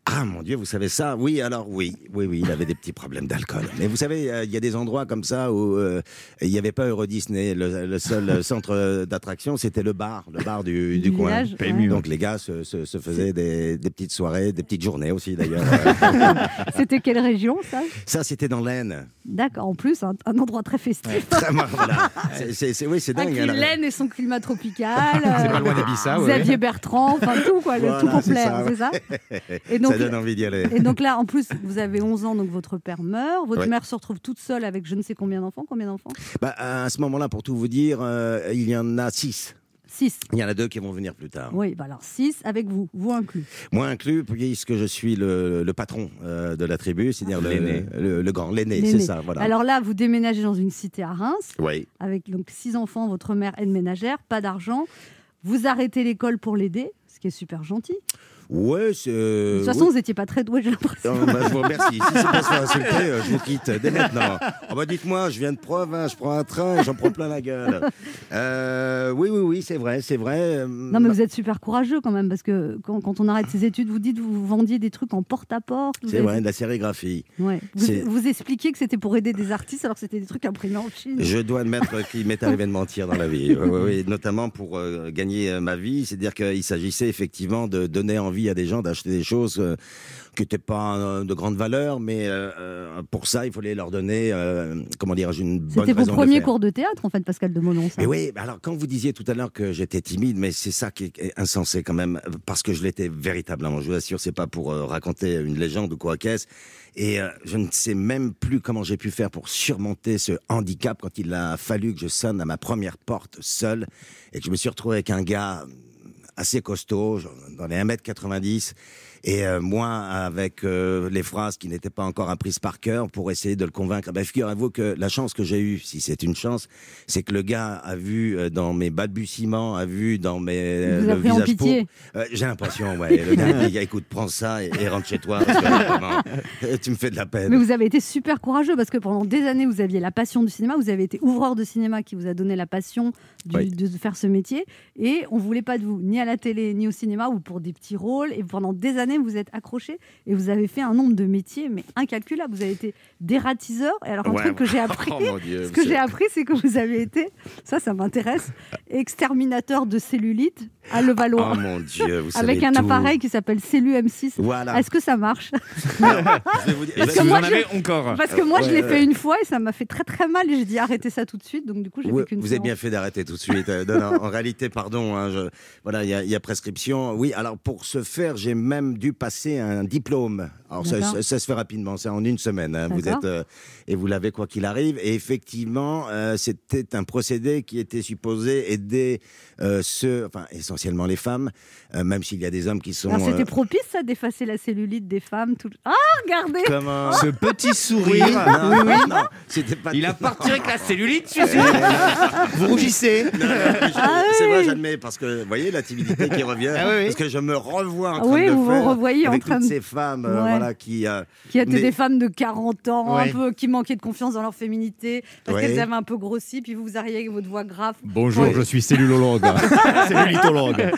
Speaker 9: Ah mon Dieu, vous savez ça Oui, alors oui, oui, oui, il avait des petits problèmes d'alcool. Mais vous savez, euh, il y a des endroits comme ça où euh, il n'y avait pas Euro Disney. Le, le seul *laughs* euh, centre euh, d'attraction, c'était le bar, le bar du,
Speaker 1: Du
Speaker 9: du coin.
Speaker 1: village, PMU, ouais.
Speaker 9: Donc les gars se, se- se faisaient des, des petites soirées, des petites journées
Speaker 1: *laughs*
Speaker 9: aussi d'ailleurs. Euh,
Speaker 1: C'était quelle région ça
Speaker 9: ça, c'était dans l'Aisne.
Speaker 1: D'accord, en plus, un, un endroit très festif.
Speaker 9: Très marrant,
Speaker 1: *laughs*
Speaker 9: voilà. C'est- c'est- c'est- oui, c'est dingue.
Speaker 1: Avec
Speaker 9: hein, la-
Speaker 1: l'Aisne et son climat tropical.
Speaker 2: C'est
Speaker 1: euh,
Speaker 2: pas loin d'Abissa, ouais.
Speaker 1: Xavier Bertrand, enfin tout quoi, le
Speaker 9: Voilà,
Speaker 1: tout
Speaker 9: c'est
Speaker 1: complet,
Speaker 9: ça,
Speaker 1: hein, c'est ça Et donc,
Speaker 9: Ça donne envie d'y aller.
Speaker 1: et
Speaker 9: *laughs*
Speaker 1: donc là, en plus, vous avez 11 ans, donc votre père meurt, votre
Speaker 9: Ouais.
Speaker 1: mère se retrouve toute seule avec je ne sais combien d'enfants, combien d'enfants
Speaker 9: Bah, à ce moment-là, pour tout vous dire, euh, il y en a six.
Speaker 1: 6.
Speaker 9: Il y en a deux qui vont venir plus tard.
Speaker 1: Oui, bah alors 6 avec vous, vous inclus.
Speaker 9: Moi inclus, puisque je suis le, le patron euh, de la tribu, c'est-à-dire le, le, le grand, l'aîné,
Speaker 1: L'aîné.
Speaker 9: c'est ça, voilà.
Speaker 1: Alors là, vous déménagez dans une cité à Reims,
Speaker 9: Oui,
Speaker 1: avec donc 6 enfants, votre mère aide ménagère, pas d'argent. Vous arrêtez l'école pour l'aider, ce qui est super gentil.
Speaker 9: ouais, c'est... euh,
Speaker 1: De toute façon, vous n'étiez pas très doué, j'ai l'impression.
Speaker 9: Oh, bah, je vous remercie. Si c'est pas se faire insulter, euh, je vous quitte
Speaker 1: *laughs*
Speaker 9: dès maintenant. Oh, bah, dites-moi, je viens de province, hein, je prends un train, j'en prends plein la gueule. Euh, oui, oui, oui, c'est vrai, c'est vrai. euh,
Speaker 1: Non, mais vous êtes super courageux quand même, parce que quand, quand on arrête ses études, vous dites vous vendiez des trucs en porte-à-porte. vous
Speaker 9: C'est
Speaker 1: avez-
Speaker 9: vrai, de la sérigraphie.
Speaker 1: Ouais. Vous,
Speaker 9: C'est-
Speaker 1: vous expliquiez que c'était pour aider des artistes alors que c'était des trucs imprimés en Chine.
Speaker 9: Je dois admettre qu'il m'est arrivé de mentir dans la vie, Oui, oui, oui, notamment pour euh, gagner euh, ma vie. C'est-à-dire qu'il s'agissait effectivement de donner envie à des gens d'acheter des choses euh, qui n'étaient pas euh, de grande valeur, mais euh, euh, pour ça, il fallait leur donner, euh, comment dire, une bonne
Speaker 1: C'était vos
Speaker 9: raison de le
Speaker 1: premiers
Speaker 9: faire.
Speaker 1: cours de théâtre, en fait, Pascal de Molon. ça.
Speaker 9: Mais oui, bah alors quand vous disiez tout à l'heure que j'étais timide, mais c'est ça qui est insensé quand même, parce que je l'étais véritablement. Je vous assure, c'est pas pour euh, raconter une légende ou quoi qu'est-ce. Et euh, je ne sais même plus comment j'ai pu faire pour surmonter ce handicap quand il a fallu que je sonne à ma première porte seul et que je me suis retrouvé avec un gars assez costaud, genre dans les 1m90, et euh, moi avec euh, les phrases qui n'étaient pas encore apprises par cœur pour essayer de le convaincre. Ben, Figurez-vous que la chance que j'ai eue, si c'est une chance, c'est que le gars a vu euh, dans mes balbutiements, a vu dans mes euh,
Speaker 1: vous a
Speaker 9: le
Speaker 1: pris en
Speaker 9: visage
Speaker 1: pitié.
Speaker 9: pourpre. Euh, j'ai l'impression, ouais. le gars m'a dit, écoute, prends ça et, et rentre chez toi, parce que, vraiment, euh, tu me fais de la peine.
Speaker 1: Mais vous avez été super courageux parce que pendant des années, vous aviez la passion du cinéma. Vous avez été ouvreur de cinéma qui vous a donné la passion du-
Speaker 9: Oui.
Speaker 1: de faire ce métier. Et on voulait pas de vous, ni à la télé, ni au cinéma, ou pour des petits rôles. Et pendant des années, vous êtes accroché et vous avez fait un nombre de métiers, mais incalculable. Vous avez été dératiseur. Et alors, un
Speaker 9: Ouais,
Speaker 1: truc que j'ai appris.
Speaker 9: *laughs* Oh mon Dieu,
Speaker 1: Ce que
Speaker 9: c'est-
Speaker 1: j'ai appris, c'est que vous avez été, ça, ça m'intéresse, exterminateur de cellulite à Levallois,
Speaker 9: Oh mon Dieu, vous
Speaker 1: *laughs*
Speaker 9: savez
Speaker 1: avec un
Speaker 9: tout.
Speaker 1: appareil qui s'appelle CelluM6.
Speaker 9: Voilà.
Speaker 1: Est-ce que ça marche
Speaker 9: Je vais vous dire-
Speaker 1: Parce
Speaker 9: je-
Speaker 1: que
Speaker 10: Vous
Speaker 1: moi,
Speaker 10: en
Speaker 1: je-
Speaker 10: avez encore.
Speaker 1: Parce que moi, je
Speaker 9: Ouais,
Speaker 1: l'ai
Speaker 9: ouais.
Speaker 1: fait une fois et ça m'a fait très très mal et j'ai dit arrêtez ça tout de suite. Donc du coup, j'ai
Speaker 9: Ouais,
Speaker 1: fait qu'une
Speaker 9: vous avez bien
Speaker 1: séance.
Speaker 9: fait d'arrêter tout de suite. Euh,
Speaker 1: *laughs*
Speaker 9: non, non, en réalité, pardon. hein, je- voilà, il y a- il y, a prescription. Oui, alors pour ce faire, j'ai même dû passer un diplôme. Alors ça,
Speaker 1: D'accord.
Speaker 9: ça- ça se fait rapidement, ça en une semaine. hein, vous
Speaker 1: D'accord.
Speaker 9: êtes euh, et vous l'avez quoi qu'il arrive. Et effectivement, euh, c'était un procédé qui était supposé aider euh, ceux, enfin essentiellement les femmes, euh, même s'il y a des hommes qui sont.
Speaker 1: Alors,
Speaker 9: euh,
Speaker 1: c'était propice ça d'effacer la cellulite des femmes. Tout... Ah, regardez Oh.
Speaker 9: comment
Speaker 10: Ce petit
Speaker 9: *laughs* Oui,
Speaker 10: sourire.
Speaker 9: non, non, c'était pas.
Speaker 10: Il a parti avec la cellulite, tu
Speaker 9: *laughs*
Speaker 10: sais.
Speaker 2: Vous rougissez
Speaker 9: Non, non, mais je-
Speaker 1: Ah
Speaker 9: C'est vrai,
Speaker 1: oui.
Speaker 9: j'admets, parce que vous voyez la timidité qui revient.
Speaker 2: Ah oui, oui.
Speaker 9: Parce que je me revois en
Speaker 1: Ah
Speaker 9: train
Speaker 1: oui,
Speaker 9: de le
Speaker 1: vous vous
Speaker 9: faire
Speaker 1: revoyez en
Speaker 9: avec
Speaker 1: train
Speaker 9: toutes
Speaker 1: de-
Speaker 9: ces femmes euh,
Speaker 1: Ouais.
Speaker 9: voilà, qui. euh,
Speaker 1: Qui étaient
Speaker 9: mais-
Speaker 1: des femmes de 40 ans,
Speaker 2: Ouais.
Speaker 1: un peu, qui manquaient de confiance dans leur féminité, parce
Speaker 9: Ouais.
Speaker 1: qu'elles avaient un peu grossi, puis vous vous arriviez avec votre voix grave.
Speaker 2: Bonjour,
Speaker 1: Oui.
Speaker 2: je suis *laughs* cellulologue. hein.
Speaker 9: *laughs*
Speaker 2: Cellulitologue.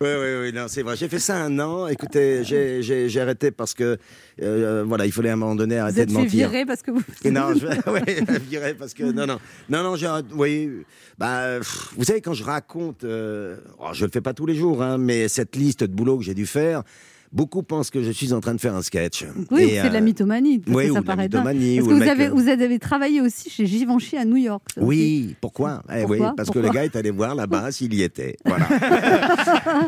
Speaker 9: Oui, oui, oui, non, c'est vrai. J'ai fait ça un an. Écoutez, j'ai- j'ai j'ai arrêté parce que, euh, voilà, il fallait à un moment donné
Speaker 1: Vous
Speaker 9: arrêter
Speaker 1: êtes
Speaker 9: de
Speaker 1: fait
Speaker 9: mentir.
Speaker 1: virer parce que vous.
Speaker 9: Et non, je *laughs* ouais, virer parce que non, non, non, non, j'ai, oui, bah, pff, vous savez quand je raconte, euh, oh, je le fais pas tous les jours, hein, mais cette liste de boulot que j'ai dû faire, beaucoup pensent que je suis en train de faire un sketch.
Speaker 1: *laughs* Oui,
Speaker 9: Et,
Speaker 1: c'est de la
Speaker 9: euh,
Speaker 1: mythomanie. parce
Speaker 9: oui,
Speaker 1: que
Speaker 9: ou
Speaker 1: ça
Speaker 9: de la
Speaker 1: paraît dingue.
Speaker 9: mythomanie,
Speaker 1: Parce
Speaker 9: ou
Speaker 1: que
Speaker 9: le
Speaker 1: vous
Speaker 9: mec,
Speaker 1: avez,
Speaker 9: euh,
Speaker 1: vous avez travaillé aussi chez Givenchy à New York. ça aussi.
Speaker 9: Oui, pourquoi, Eh oui,
Speaker 1: Pourquoi
Speaker 9: Parce que
Speaker 1: Pourquoi Ah.
Speaker 9: le gars est allé
Speaker 1: *laughs*
Speaker 9: voir là-bas s'il y était. Voilà.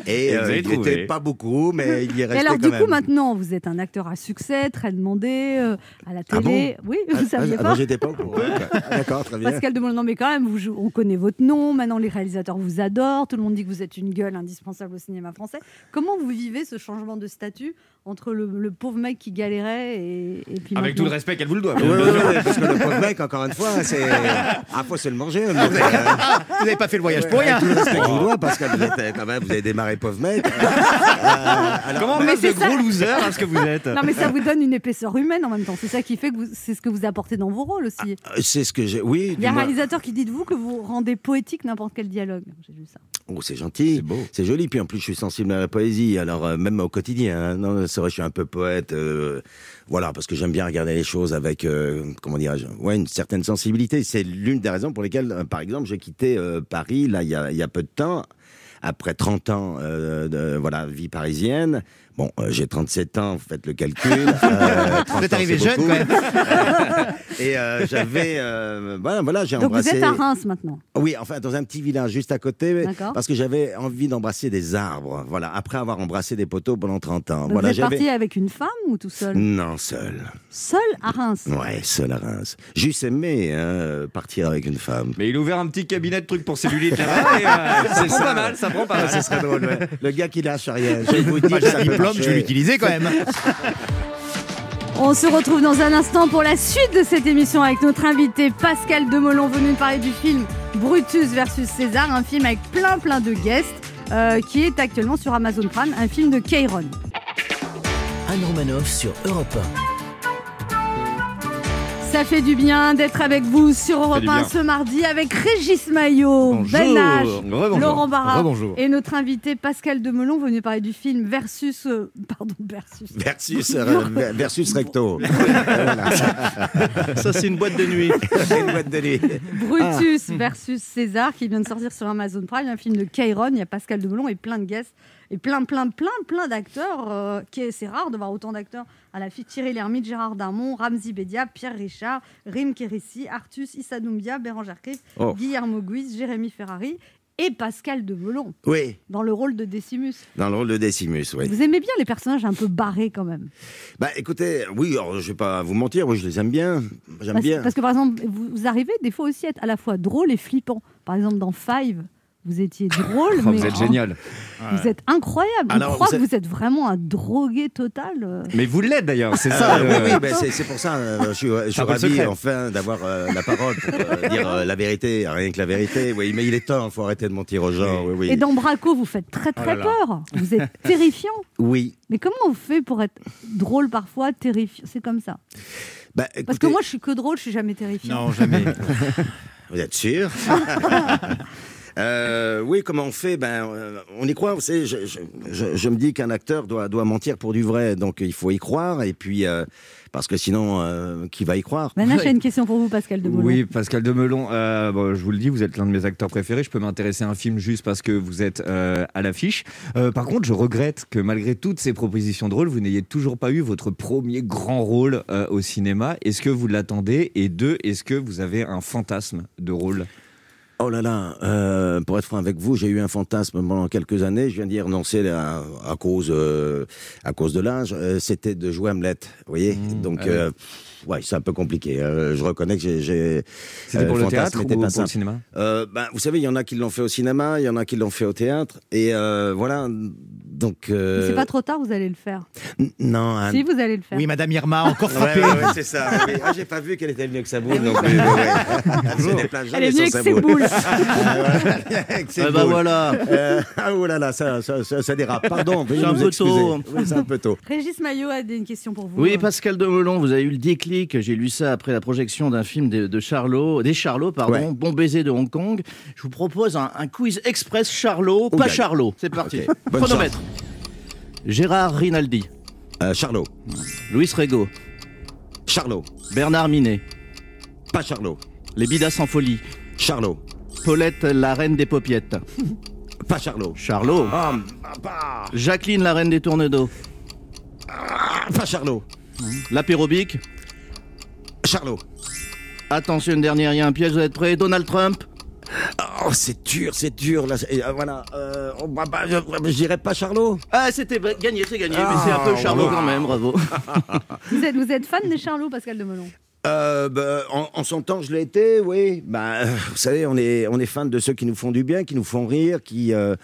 Speaker 9: Et *laughs*
Speaker 10: Et vous
Speaker 9: euh,
Speaker 10: avez
Speaker 9: il n'y
Speaker 10: trouvé.
Speaker 9: était pas beaucoup, mais il y est
Speaker 1: Et
Speaker 9: resté
Speaker 1: alors,
Speaker 9: quand
Speaker 1: du
Speaker 9: même.
Speaker 1: coup, maintenant, vous êtes un acteur à succès, très demandé, euh, à la
Speaker 9: Ah
Speaker 1: télé. oui, vous
Speaker 9: Ah,
Speaker 1: saviez
Speaker 9: ah,
Speaker 1: pas
Speaker 9: non, j'étais pas au courant. Ah, D'accord, très bien.
Speaker 1: Pascal demande non mais quand même, vous jou- on connaît votre nom, maintenant les réalisateurs vous adorent, tout le monde dit que vous êtes une gueule indispensable au cinéma français. Comment vous vivez ce changement de statut entre le, le pauvre mec qui galérait et, et puis
Speaker 3: Avec tout
Speaker 1: maintenant-
Speaker 3: le respect qu'elle vous le doit.
Speaker 9: Oui,
Speaker 3: bien
Speaker 9: oui,
Speaker 3: évidemment.
Speaker 9: oui, parce que le pauvre mec, encore une fois, c'est. Ah, faut se le manger. le mec, euh,
Speaker 2: Vous n'avez pas fait le voyage pour rien.
Speaker 9: Avec tout le respect que je
Speaker 3: Oh.
Speaker 9: vous dois, parce que vous êtes euh, quand même, vous avez démarré pauvre
Speaker 3: *laughs*
Speaker 9: mec.
Speaker 3: *laughs*
Speaker 9: Euh,
Speaker 3: Comment on
Speaker 1: Mais
Speaker 3: passe de
Speaker 1: c'est ça.
Speaker 3: gros loser
Speaker 9: hein,
Speaker 3: à ce que vous êtes
Speaker 1: Non mais ça vous donne une épaisseur humaine en même temps. C'est ça qui fait que vous- c'est ce que vous apportez dans vos rôles aussi.
Speaker 9: Euh, C'est ce que j'ai. Oui,
Speaker 1: Il y a un
Speaker 9: du moins-
Speaker 1: réalisateur qui dit de vous que vous rendez poétique n'importe quel dialogue. J'ai vu ça.
Speaker 9: Oh, c'est gentil, c'est joli. Puis en plus, je suis sensible à la poésie. Alors euh, même au quotidien, hein. non, c'est vrai, je suis un peu poète. euh, voilà, parce que j'aime bien regarder les choses avec, euh, comment dirais-je, ouais, une certaine sensibilité. C'est l'une des raisons pour lesquelles, euh, par exemple, j'ai quitté euh, Paris là il y a, il y a peu de temps. Après 30 ans euh, de voilà vie parisienne, bon, euh, j'ai 37 ans, vous faites le
Speaker 2: *laughs*
Speaker 9: calcul. Euh, 30
Speaker 2: Vous
Speaker 9: ans,
Speaker 2: êtes arrivé
Speaker 9: c'est
Speaker 2: jeune, quand
Speaker 9: beaucoup.
Speaker 2: même.
Speaker 9: *laughs* Et euh, j'avais, euh, voilà, voilà, j'ai
Speaker 1: Donc vous
Speaker 9: embrassé.
Speaker 1: êtes à Reims maintenant.
Speaker 9: Oui, enfin, dans un petit village juste à côté, mais-
Speaker 1: D'accord.
Speaker 9: parce que j'avais envie d'embrasser des arbres, voilà, après avoir embrassé des poteaux pendant 30 ans.
Speaker 1: Donc
Speaker 9: voilà,
Speaker 1: vous êtes parti avec une femme ou tout seul
Speaker 9: Non, seul.
Speaker 1: Seul à Reims.
Speaker 9: Ouais, seul à Reims. J'eusse aimé hein, partir avec une femme.
Speaker 3: Mais il a ouvert un petit cabinet de trucs pour
Speaker 9: *laughs*
Speaker 3: cellulite là-bas et euh, ça prend pas mal, ça prend pas
Speaker 9: Ah, ce
Speaker 3: mal.
Speaker 9: serait drôle, ouais. Le gars qui lâche rien. Je vais vous dire,
Speaker 2: Moi,
Speaker 9: ça
Speaker 2: J'ai un
Speaker 9: peut
Speaker 2: diplôme, je vais
Speaker 9: marcher.
Speaker 2: l'utiliser quand même.
Speaker 1: On se retrouve dans un instant pour la suite de cette émission avec notre invité Pascal Demolon venu nous parler du film Brutus versus César, un film avec plein plein de guests euh, qui est actuellement sur Amazon Prime, un film de Kairon.
Speaker 6: Anne Romanoff sur Europe
Speaker 1: Ça fait du bien d'être avec vous sur Europe
Speaker 3: du
Speaker 1: 1
Speaker 3: bien.
Speaker 1: ce mardi avec Régis Maillot, Ben H,
Speaker 3: Rebonjour.
Speaker 1: Laurent Barra
Speaker 3: Rebonjour.
Speaker 1: et notre invité Pascal Demolon venu parler du film Versus... euh, pardon, Versus...
Speaker 9: *laughs* Versus, euh, ver- versus recto.
Speaker 4: Ça, c'est une boîte de nuit.
Speaker 9: *laughs* C'est une boîte de nuit. Ah.
Speaker 1: Brutus versus César qui vient de sortir sur Amazon Prime, un film de Kairon, il y a Pascal Demolon et plein de guests et plein plein plein plein d'acteurs euh, qui c'est rare de voir autant d'acteurs à la fille Thierry Lhermitte, Gérard Darmon, Ramzi Bedia, Pierre Richard, Rim Kérissi, Artus Issa Doumbia, Bérangère Krief,
Speaker 9: Oh.
Speaker 1: Guillermo Guiz, Jérémy Ferrari et Pascal Demolon
Speaker 9: Oui,
Speaker 1: dans le rôle de Decimus.
Speaker 9: dans le rôle de Decimus, oui.
Speaker 1: Vous aimez bien les personnages un peu barrés quand même.
Speaker 9: Bah écoutez, oui, alors, je vais pas vous mentir, oui, je les aime bien. J'aime
Speaker 1: Parce,
Speaker 9: bien.
Speaker 1: parce que par exemple, vous, vous arrivez des fois aussi à être à la fois drôle et flippant. Par exemple dans Five, vous étiez drôle mais
Speaker 3: *laughs* Oh, vous êtes
Speaker 1: en-
Speaker 3: génial.
Speaker 1: Vous êtes incroyable. On
Speaker 9: Alors,
Speaker 1: croit
Speaker 9: vous
Speaker 1: que
Speaker 9: êtes-
Speaker 1: vous êtes vraiment un drogué total. euh.
Speaker 3: Mais vous l'êtes d'ailleurs, c'est
Speaker 9: Ah,
Speaker 3: ça.
Speaker 9: oui,
Speaker 3: euh,
Speaker 9: oui, ben, c'est c'est pour ça. euh, je suis, je suis
Speaker 3: Ah, pas le
Speaker 9: ravi
Speaker 3: secret.
Speaker 9: enfin d'avoir euh, la parole pour euh, dire euh, la vérité, rien que la vérité. Oui, mais il est temps, faut arrêter de mentir aux gens. Oui, Oh oui.
Speaker 1: Et dans Braco, vous faites très très peur. Vous
Speaker 9: *laughs*
Speaker 1: êtes terrifiant.
Speaker 9: oui.
Speaker 1: Mais comment on fait pour être drôle parfois, terrifiant C'est comme ça.
Speaker 9: Bah,
Speaker 1: Parce
Speaker 9: écoutez,
Speaker 1: que moi, je suis que drôle, je suis jamais terrifiant. *laughs*
Speaker 2: jamais.
Speaker 9: *laughs* vous êtes sûr *laughs* Euh, oui, comment on fait Ben, euh, on y croit. Vous savez, je, je- je- je me dis qu'un acteur doit doit mentir pour du vrai, donc il faut y croire. Et puis, euh, parce que sinon, euh, qui va y croire
Speaker 1: Maintenant,
Speaker 9: *laughs*
Speaker 1: j'ai une question pour vous, Pascal Demolon.
Speaker 3: Oui, Pascal Demelon, euh, bon, je vous le dis, vous êtes l'un de mes acteurs préférés. Je peux m'intéresser à un film juste parce que vous êtes euh, à l'affiche. Euh, par contre, je regrette que malgré toutes ces propositions drôles, vous n'ayez toujours pas eu votre premier grand rôle euh, au cinéma. Est-ce que vous l'attendez Et deux, est-ce que vous avez un fantasme de rôle
Speaker 9: Oh là là, euh, pour être franc avec vous, j'ai eu un fantasme pendant quelques années. Je viens d'y renoncer à, à cause euh, à cause de l'âge. euh, C'était de jouer Hamlet, vous voyez. Donc
Speaker 3: ah oui.
Speaker 9: euh, ouais, c'est un peu compliqué. Euh, je reconnais que j'ai- j'ai
Speaker 3: C'était
Speaker 9: euh,
Speaker 3: pour le
Speaker 9: fantasme
Speaker 3: théâtre ou
Speaker 9: n'était pas
Speaker 3: pour le
Speaker 9: simple.
Speaker 3: cinéma
Speaker 9: Euh, ben,
Speaker 4: bah,
Speaker 9: vous savez, il y en a qui l'ont fait au cinéma, il y en a qui l'ont fait au théâtre, et euh, voilà. Donc
Speaker 1: Mais
Speaker 9: euh,
Speaker 1: C'est pas trop tard, vous allez le faire.
Speaker 9: n- non. Anne.
Speaker 1: Si, vous allez le faire.
Speaker 2: Oui, Madame Irma, encore
Speaker 9: Ouais,
Speaker 2: frappée.
Speaker 9: ouais, ouais, c'est ça. oui. Ah, j'ai pas vu qu'elle était venue avec sa boule. non plus, mais ouais. Elle se déplace
Speaker 1: Elle
Speaker 9: jamais
Speaker 1: est venue avec
Speaker 9: sans sa
Speaker 1: ses
Speaker 9: boule.
Speaker 1: boules.
Speaker 9: Ah, voilà, avec ses
Speaker 4: Eh ben
Speaker 9: boules.
Speaker 4: voilà.
Speaker 9: Euh, ah, oh là là, ça, ça, ça, ça dérape.
Speaker 4: *laughs*
Speaker 9: Pardon, veuillez
Speaker 4: C'est un
Speaker 9: nous
Speaker 4: peu
Speaker 9: excuser.
Speaker 4: tôt.
Speaker 9: Oui, c'est un peu tôt.
Speaker 1: Régis Maillot a des- une question pour vous.
Speaker 4: Oui, Pascal Demolon, vous avez eu le déclic. J'ai lu ça après la projection d'un film de, de Charlot, des Charlots, pardon,
Speaker 9: Ouais.
Speaker 4: Bon baiser de Hong Kong. Je vous propose un, un quiz express Charlot, pas
Speaker 9: Ouh,
Speaker 4: Charlot. C'est parti.
Speaker 9: Ok, bonne
Speaker 4: Chronomètre. Gérard Rinaldi,
Speaker 9: Euh, Charlot.
Speaker 4: Louis Rego,
Speaker 9: Charlot.
Speaker 4: Bernard Minet,
Speaker 9: Pas Charlot.
Speaker 4: Les Bidas en folie,
Speaker 9: Charlot.
Speaker 4: Paulette, la reine des paupiettes,
Speaker 9: Pas Charlot.
Speaker 4: Charlot,
Speaker 9: Ah, ah, bah,
Speaker 4: Jacqueline, la reine des tournes d'eau,
Speaker 9: ah, pas Charlot.
Speaker 4: l'apérobic,
Speaker 9: Charlot.
Speaker 4: attention une dernière, il y a un piège, vous êtes prêts, Donald Trump,
Speaker 9: Oh, c'est dur, c'est dur. Là, Et, euh, voilà. Euh, oh, bah, bah, je, je dirais pas Charlot.
Speaker 4: Ah, c'était vrai, gagné, c'est gagné, mais c'est
Speaker 9: Ah,
Speaker 4: un peu Charlot quand même, bravo.
Speaker 1: Vous êtes, vous êtes fan des Charlots, Pascal Demolon
Speaker 9: Euh, bah, en, en son temps, je l'ai *laughs* été, oui. Bah, euh, vous savez, on est, on est fan de ceux qui nous font du bien, qui nous font rire, qui, euh,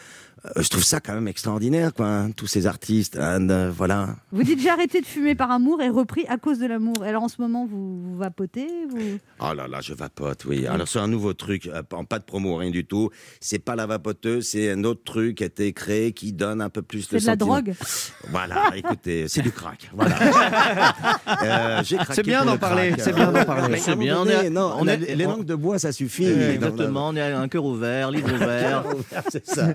Speaker 9: euh, je trouve ça quand même extraordinaire, quoi. hein, tous ces artistes, hein, euh, voilà.
Speaker 1: Vous dites j'ai arrêté de fumer par amour et repris à cause de l'amour. Alors en ce moment, vous, vous vapotez vous...
Speaker 9: Oh là là, je vapote,
Speaker 4: Mm.
Speaker 9: oui. Alors c'est un nouveau truc, euh, en pas de promo, rien du tout. C'est pas la vapoteuse, c'est un autre truc qui a été créé qui donne un peu plus
Speaker 1: C'est de la
Speaker 9: sentiment.
Speaker 1: drogue *laughs*
Speaker 9: Voilà, écoutez, c'est du crack. Voilà. Euh, j'ai craqué
Speaker 4: C'est bien
Speaker 9: pour
Speaker 4: d'en
Speaker 9: le
Speaker 4: parler,
Speaker 9: crack.
Speaker 4: c'est bien d'en parler.
Speaker 9: Mais à
Speaker 4: C'est
Speaker 9: un moment
Speaker 4: bien, on
Speaker 9: donné,
Speaker 4: est-
Speaker 9: non,
Speaker 4: on
Speaker 9: la-
Speaker 4: est-
Speaker 9: les langues de bois, ça suffit.
Speaker 4: Euh,
Speaker 9: Dans- dans-
Speaker 4: Exactement, on est à un cœur ouvert,
Speaker 9: *laughs*
Speaker 4: livre ouvert.
Speaker 9: C'est ça. Ah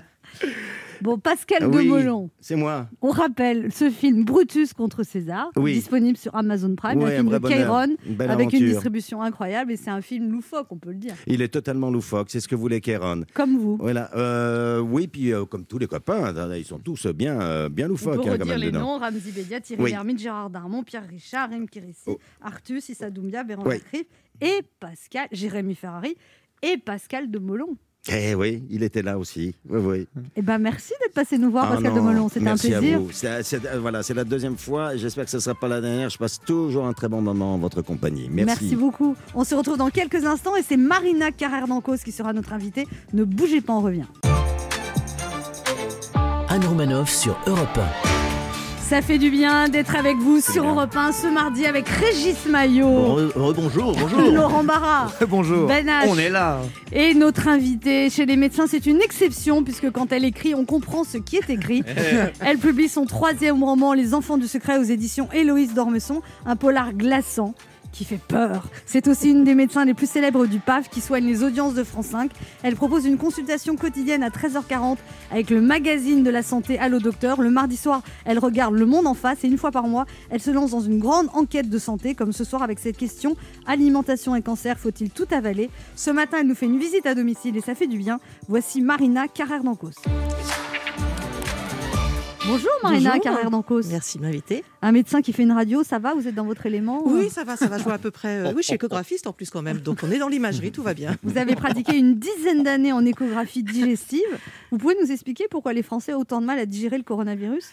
Speaker 1: Bon, Pascal
Speaker 9: Oui,
Speaker 1: Demolon,
Speaker 9: C'est moi.
Speaker 1: on rappelle ce film Brutus contre César,
Speaker 9: Oui.
Speaker 1: disponible sur Amazon Prime,
Speaker 9: Ouais,
Speaker 1: un
Speaker 9: un
Speaker 1: film
Speaker 9: vrai
Speaker 1: de
Speaker 9: bonheur.
Speaker 1: Kairon,
Speaker 9: Une belle
Speaker 1: avec une
Speaker 9: aventure.
Speaker 1: distribution incroyable, et c'est un film loufoque, on peut le dire.
Speaker 9: Il est totalement loufoque, c'est ce que voulait Kéron.
Speaker 1: Comme vous.
Speaker 9: Voilà. euh, oui, puis euh, comme tous les copains, hein, ils sont tous bien, euh, bien
Speaker 1: on
Speaker 9: loufoques
Speaker 1: peut
Speaker 9: hein, quand
Speaker 1: redire
Speaker 9: même
Speaker 1: les
Speaker 9: dedans.
Speaker 1: noms, Ramzi Bedia, Thierry
Speaker 9: Oui. Oh.
Speaker 1: Lhermitte, Gérard Darmon, Pierre Richard, Rémi Kérissi, Arthur, Issa Doumbia, Bérangère
Speaker 9: Oui.
Speaker 1: Krief, et Pascal, Jérémy Ferrari, et Pascal Demolon.
Speaker 9: Eh oui, il était là aussi. Oui, oui.
Speaker 1: Eh ben merci d'être passé nous voir,
Speaker 9: Ah
Speaker 1: Pascal
Speaker 9: non,
Speaker 1: Demolon, c'était un
Speaker 9: merci à
Speaker 1: plaisir.
Speaker 9: vous. C'est- c'est- euh, voilà, c'est la deuxième fois. et J'espère que ce ne sera pas la dernière. Je passe toujours un très bon moment en votre compagnie. Merci.
Speaker 1: beaucoup. On se retrouve dans quelques instants et c'est Marina Carrère d'Ancos qui sera notre invitée. Ne bougez pas, on revient.
Speaker 6: Anne Romanoff sur Europe
Speaker 1: Ça fait du bien d'être avec vous sur Europe 1 ce mardi avec Régis Maillot,
Speaker 4: Re- re- Bonjour, bonjour.
Speaker 1: Laurent
Speaker 9: *laughs*
Speaker 1: Barra.
Speaker 3: Bonjour.
Speaker 1: Ben H.
Speaker 3: On est là.
Speaker 1: Et notre invitée chez les médecins, c'est une exception puisque quand elle écrit, on comprend ce qui est écrit. Elle publie son troisième roman, Les Enfants du Secret, aux éditions Héloïse d'Ormesson, un polar glaçant qui fait peur. C'est aussi une des médecins les plus célèbres du PAF qui soigne les audiences de France 5. Elle propose une consultation quotidienne à 13h40 avec le magazine de la santé Allo Docteur. Le mardi soir, elle regarde Le Monde en face et une fois par mois, elle se lance dans une grande enquête de santé comme ce soir avec cette question alimentation et cancer, faut-il tout avaler Ce matin, elle nous fait une visite à domicile et ça fait du bien. Voici Marina Carrère d'Ancos. Bonjour Marina
Speaker 11: Bonjour.
Speaker 1: Carrère d'Ancos.
Speaker 11: Merci de m'inviter.
Speaker 1: Un médecin qui fait une radio, ça va Vous êtes dans votre élément
Speaker 11: Oui, ça va, ça va. Je vois à peu près. euh, oui, je suis échographiste en plus quand même, donc on est dans l'imagerie, tout va bien.
Speaker 1: *laughs* Oh, Vous
Speaker 11: *laughs*
Speaker 1: avez pratiqué une dizaine d'années en échographie digestive. Vous pouvez nous expliquer pourquoi les Français ont autant de mal à digérer le coronavirus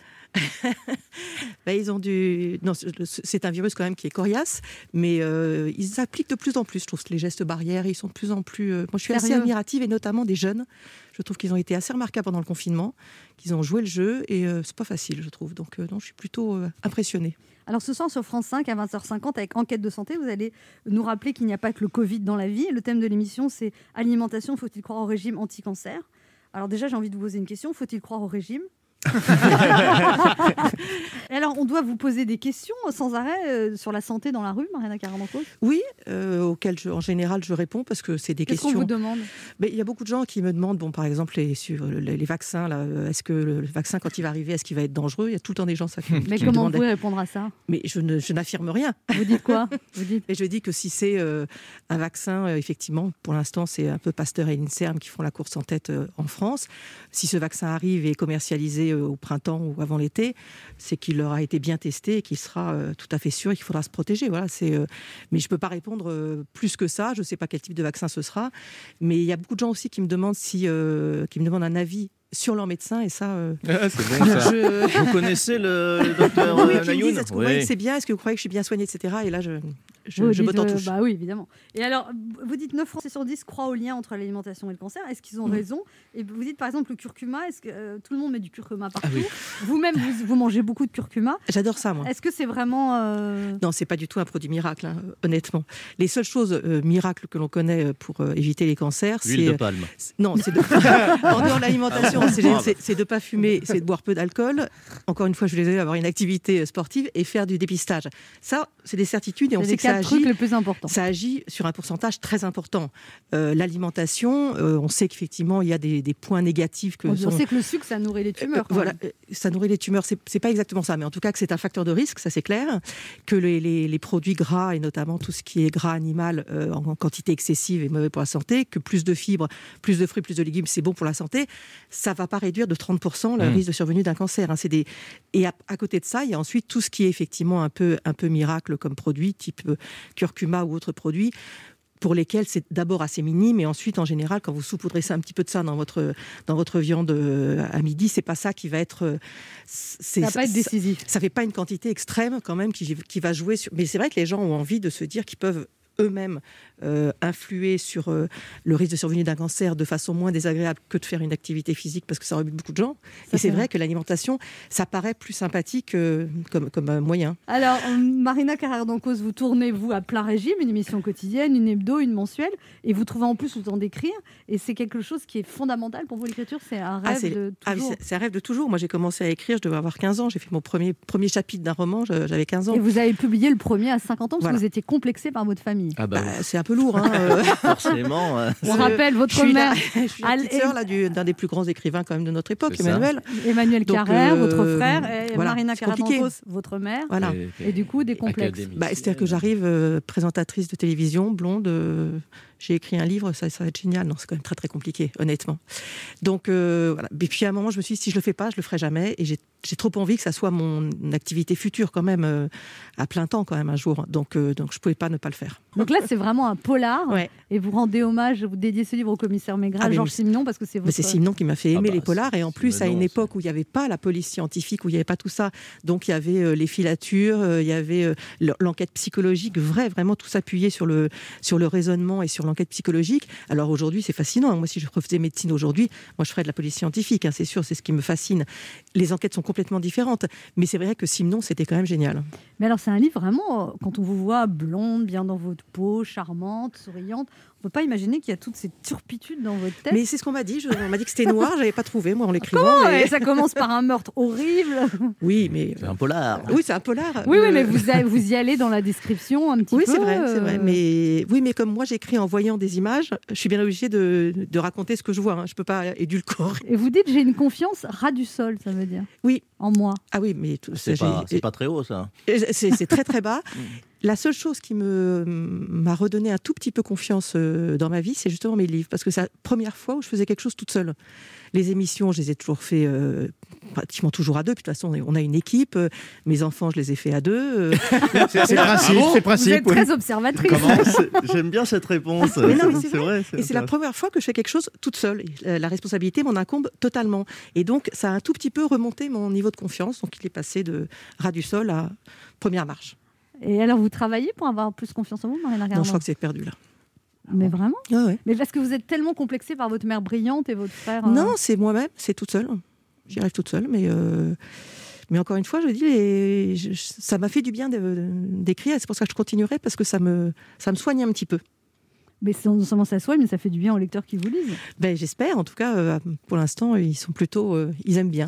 Speaker 11: Bah, ils ont dû. Non, c'est- c'est un virus quand même qui est coriace, mais euh, ils appliquent de plus en plus. Je trouve que les gestes barrières, ils sont de plus en plus. euh, Moi, je suis assez
Speaker 1: Sérieux
Speaker 11: admirative et notamment des jeunes. Je trouve qu'ils ont été assez remarquables pendant le confinement, qu'ils ont joué le jeu et euh, c'est pas facile, je trouve. Donc euh, non, je suis plutôt euh, impressionnée.
Speaker 1: Alors ce soir sur France 5 à 20h50 avec Enquête de santé, vous allez nous rappeler qu'il n'y a pas que le Covid dans la vie. Le thème de l'émission c'est alimentation, faut-il croire au régime anti-cancer Alors déjà j'ai envie de vous poser une question, faut-il croire au
Speaker 11: *laughs*
Speaker 1: régime Et Alors on doit vous poser des questions euh, sans arrêt euh, sur la santé dans la rue, Mariana Caramanco.
Speaker 11: Oui, euh, auxquelles je- en général je réponds parce que c'est des
Speaker 1: Qu'est-ce qu'on
Speaker 11: questions.
Speaker 1: vous demande
Speaker 11: Mais il y a beaucoup de gens qui me demandent, bon, par exemple, les, sur les, les vaccins, là, euh, est-ce que le, le vaccin, quand il va arriver, est-ce qu'il va être dangereux Il y a tout le temps des gens ça, *laughs* qui,
Speaker 1: Mais comment
Speaker 11: qui me
Speaker 1: vous
Speaker 11: demandent.
Speaker 1: pouvez répondre à ça
Speaker 11: Mais je, ne- je n'affirme rien.
Speaker 1: Vous dites quoi Vous
Speaker 11: *laughs*
Speaker 1: dites
Speaker 11: Mais je dis que si c'est euh, un vaccin, euh, effectivement, pour l'instant, c'est un peu Pasteur et l'INSERM qui font la course en tête euh, en France. Si ce vaccin arrive et est commercialisé euh, au printemps ou avant l'été, c'est qu'il aura été bien testé et qu'il sera euh, tout à fait sûr et qu'il faudra se protéger. Voilà, c'est, euh, Mais je ne peux pas répondre euh, plus que ça. Je ne sais pas quel type de vaccin ce sera. Mais il y a beaucoup de gens aussi qui me demandent, si, euh, qui me demandent un avis sur leur médecin et ça... euh,
Speaker 4: Ah, C'est bon ça.
Speaker 11: *laughs* je-
Speaker 4: Vous connaissez le, le docteur
Speaker 11: oui,
Speaker 4: euh,
Speaker 11: qui me
Speaker 4: Nayoun
Speaker 11: disent, est-ce que vous
Speaker 4: Oui.
Speaker 11: croyez que c'est bien Est-ce que vous croyez que je suis bien soignée, etc. Et là, je, je,
Speaker 1: Vous
Speaker 11: je
Speaker 1: dites,
Speaker 11: botte en
Speaker 1: euh,
Speaker 11: touche.
Speaker 1: Bah oui, évidemment. Et alors, vous dites 9 Français sur 10 croient au lien entre l'alimentation et le cancer. Est-ce qu'ils ont raison Et vous dites par exemple le curcuma. Est-ce que euh, tout le monde met du curcuma partout Vous-même, vous, vous mangez beaucoup de curcuma.
Speaker 11: J'adore ça, Ah moi.
Speaker 1: Est-ce que c'est vraiment. euh,
Speaker 11: Non, c'est pas du tout un produit miracle, hein, honnêtement. Les seules choses euh, miracles que l'on connaît euh, pour euh, éviter les cancers,
Speaker 4: L'huile
Speaker 11: c'est euh,
Speaker 4: de palme. Ah
Speaker 11: c'est- non, c'est de *laughs* en dehors de l'alimentation, c'est-
Speaker 4: Bravo.
Speaker 11: c'est- c'est de pas fumer, c'est de boire peu d'alcool. Encore une fois, je suis désolée, avoir une activité euh, sportive et faire du dépistage. Ça, c'est des certitudes et on
Speaker 1: C'est les
Speaker 11: sait que ça
Speaker 1: quatre trucs
Speaker 11: agit.
Speaker 1: les plus importants.
Speaker 11: Ça agit sur un pourcentage très important. Euh, L'alimentation, euh, on sait qu'effectivement, il y a des, des points négatifs que
Speaker 1: On
Speaker 11: sont
Speaker 1: sait que le sucre, ça nourrit les
Speaker 11: euh,
Speaker 1: tumeurs. quand
Speaker 11: voilà,
Speaker 1: même.
Speaker 11: euh, ça nourrit les tumeurs. C'est c'est pas exactement ça, mais en tout cas que c'est un facteur de risque, ça c'est clair. Que les, les- les produits gras et notamment tout ce qui est gras animal euh, en, en quantité excessive est mauvais pour la santé. Que plus de fibres, plus de fruits, plus de légumes, c'est bon pour la santé. Ça va pas réduire de 30% le
Speaker 4: Mm.
Speaker 11: risque de survenue d'un cancer. hein. C'est des et à, à côté de ça, il y a ensuite tout ce qui est effectivement un peu un peu miracle comme produit, type euh, curcuma ou autres produits pour lesquels c'est d'abord assez minime et ensuite en général quand vous saupoudrez ça un petit peu de ça dans votre dans votre viande euh, à midi c'est pas ça qui va être euh, c'est-
Speaker 1: Ça va pas être décisif.
Speaker 11: ça fait pas une quantité extrême quand même qui, qui va jouer sur mais c'est vrai que les gens ont envie de se dire qu'ils peuvent eux-mêmes euh, influer sur euh, le risque de survenue d'un cancer de façon moins désagréable que de faire une activité physique parce que ça rebute beaucoup de gens.
Speaker 1: Ça,
Speaker 11: Et
Speaker 1: c'est
Speaker 11: c'est
Speaker 1: vrai.
Speaker 11: vrai que l'alimentation, ça paraît plus sympathique euh, comme, comme euh, moyen.
Speaker 1: Alors, euh, Marina Carrère d'Ancos, vous tournez, vous, à plein régime, une émission quotidienne, une hebdo, une mensuelle, et vous trouvez en plus le temps d'écrire. Et c'est quelque chose qui est fondamental pour vous, l'écriture. C'est un
Speaker 11: Ah,
Speaker 1: rêve
Speaker 11: c'est-
Speaker 1: de
Speaker 11: ah oui,
Speaker 1: toujours.
Speaker 11: c'est- c'est un rêve de toujours. Moi, j'ai commencé à écrire, je devais avoir 15 ans. J'ai fait mon premier, premier chapitre d'un roman, je- j'avais 15 ans.
Speaker 1: et vous avez publié le premier à 50 ans parce
Speaker 11: Voilà.
Speaker 1: que vous étiez complexé par votre famille.
Speaker 4: Ah bah,
Speaker 11: c'est un peu lourd.
Speaker 4: *laughs*
Speaker 11: Hein, euh.
Speaker 4: forcément. euh,
Speaker 1: On rappelle votre
Speaker 11: je suis
Speaker 1: mère.
Speaker 11: la- *laughs* je suis la
Speaker 1: Al-
Speaker 11: petite sœur là, du- d'un des plus grands écrivains quand même de notre époque,
Speaker 4: C'est ça.
Speaker 11: Emmanuel.
Speaker 1: Emmanuel
Speaker 11: Donc,
Speaker 1: Carrère,
Speaker 11: euh,
Speaker 1: votre frère, et
Speaker 11: voilà,
Speaker 1: Marina
Speaker 11: c'est
Speaker 1: Carrère
Speaker 11: compliqué.
Speaker 1: d'Ancos, votre mère.
Speaker 11: Voilà.
Speaker 4: Et-
Speaker 1: Et du coup, des complexes.
Speaker 11: *laughs*
Speaker 4: académicienne.
Speaker 11: Bah, C'est-à-dire que j'arrive euh, présentatrice de télévision, blonde, euh, j'ai écrit un livre, ça, ça va être génial. Non, c'est quand même très très compliqué, honnêtement. Donc euh, voilà. Et puis à un moment, je me suis dit, si je le fais pas, je le ferai jamais. Et j'ai j'ai trop envie que ça soit mon activité future quand même, euh, à plein temps quand même un jour. Donc, euh, donc je pouvais pas ne pas le faire.
Speaker 1: Donc là, c'est vraiment un polar.
Speaker 11: Ouais.
Speaker 1: Et vous rendez hommage, vous dédiez ce livre au commissaire Maigrat,
Speaker 11: Ah, mais
Speaker 1: Georges
Speaker 11: oui.
Speaker 1: Simenon, parce que c'est votre.
Speaker 11: Mais c'est Simon qui m'a fait aimer
Speaker 4: bah,
Speaker 11: les polars. Et en plus, à
Speaker 4: Simenon,
Speaker 11: une
Speaker 4: c'est-
Speaker 11: époque où il n'y avait pas la police scientifique, où il n'y avait pas tout ça. Donc, il y avait euh, les filatures, euh, il y avait euh, l- l'enquête psychologique, vrai, vraiment tout s'appuyait sur le, sur le raisonnement et sur l'enquête psychologique. Alors aujourd'hui, c'est fascinant. hein. Moi, si je refaisais médecine aujourd'hui, moi, je ferais de la police scientifique, hein, c'est sûr, c'est ce qui me fascine. Les enquêtes sont complètement différentes. Mais c'est vrai que Simon, c'était quand même génial.
Speaker 1: Mais alors, c'est un livre vraiment, euh, quand on vous voit blonde, bien dans votre peau, charmante, souriante, on ne peut pas imaginer qu'il y a toutes ces turpitudes dans votre tête.
Speaker 11: Mais c'est ce qu'on m'a dit. Je- on m'a dit que c'était noir, j'avais pas trouvé, moi, en l'écrivant.
Speaker 1: Comment
Speaker 11: mais-
Speaker 1: Et ça commence par un meurtre horrible.
Speaker 11: Oui, mais.
Speaker 4: C'est un polar.
Speaker 11: Oui, c'est un polar.
Speaker 1: Oui, oui,
Speaker 11: Euh,
Speaker 1: mais vous, a- vous y allez dans la description un petit
Speaker 11: Oui,
Speaker 1: peu.
Speaker 11: c'est vrai, c'est vrai.
Speaker 1: euh,
Speaker 11: Mais oui, mais comme moi, j'écris en voyant des images, je suis bien obligée de, de raconter ce que je vois. hein. Je peux pas édulcorer.
Speaker 1: Et vous dites, j'ai une confiance ras du sol, ça veut dire.
Speaker 11: Oui.
Speaker 1: En moi.
Speaker 11: Ah oui, mais tout
Speaker 4: C'est
Speaker 11: j'ai-
Speaker 4: pas, c'est pas très haut, ça.
Speaker 11: c'est c'est très très
Speaker 2: *laughs*
Speaker 11: bas.
Speaker 2: Mm.
Speaker 11: La seule chose qui me m'a redonné un tout petit peu confiance euh, dans ma vie, c'est justement mes livres, parce que c'est la première fois où je faisais quelque chose toute seule. Les émissions, je les ai toujours fait euh, pratiquement toujours à deux. Puis de toute façon, on a une équipe. Euh, Mes enfants, je les ai fait à deux. Euh,
Speaker 2: *laughs* C'est c'est le principe, c'est le
Speaker 1: Vous êtes
Speaker 2: principe. oui.
Speaker 1: très observatrice.
Speaker 11: *laughs*
Speaker 4: J'aime bien cette réponse.
Speaker 11: Mais non, mais c'est
Speaker 4: vrai.
Speaker 11: Et c'est la première fois que je fais quelque chose toute seule. Et, euh, La responsabilité m'en incombe totalement. Et donc, ça a un tout petit peu remonté mon niveau de confiance. Donc, il est passé de ras du sol à première marche.
Speaker 1: Et alors, vous travaillez pour avoir plus confiance en vous, Marina
Speaker 11: Non, je
Speaker 1: Garnon
Speaker 11: crois que c'est perdu là. Ah
Speaker 1: Mais vraiment
Speaker 11: ouais.
Speaker 1: Mais parce que vous êtes tellement complexé par votre mère brillante et votre frère. euh,
Speaker 11: Non, c'est moi-même, c'est toute seule. J'y arrive toute seule, mais. euh, Mais encore une fois, je dis, les- je- je- ça m'a fait du bien de- d'écrire, et c'est pour ça que je continuerai, parce que ça me, ça me soigne un petit peu.
Speaker 1: Mais c'est- non seulement ça soigne, mais ça fait du bien aux lecteurs qui vous lisent.
Speaker 11: Ben, J'espère, en tout cas, euh, pour l'instant, ils sont plutôt, euh, ils aiment bien.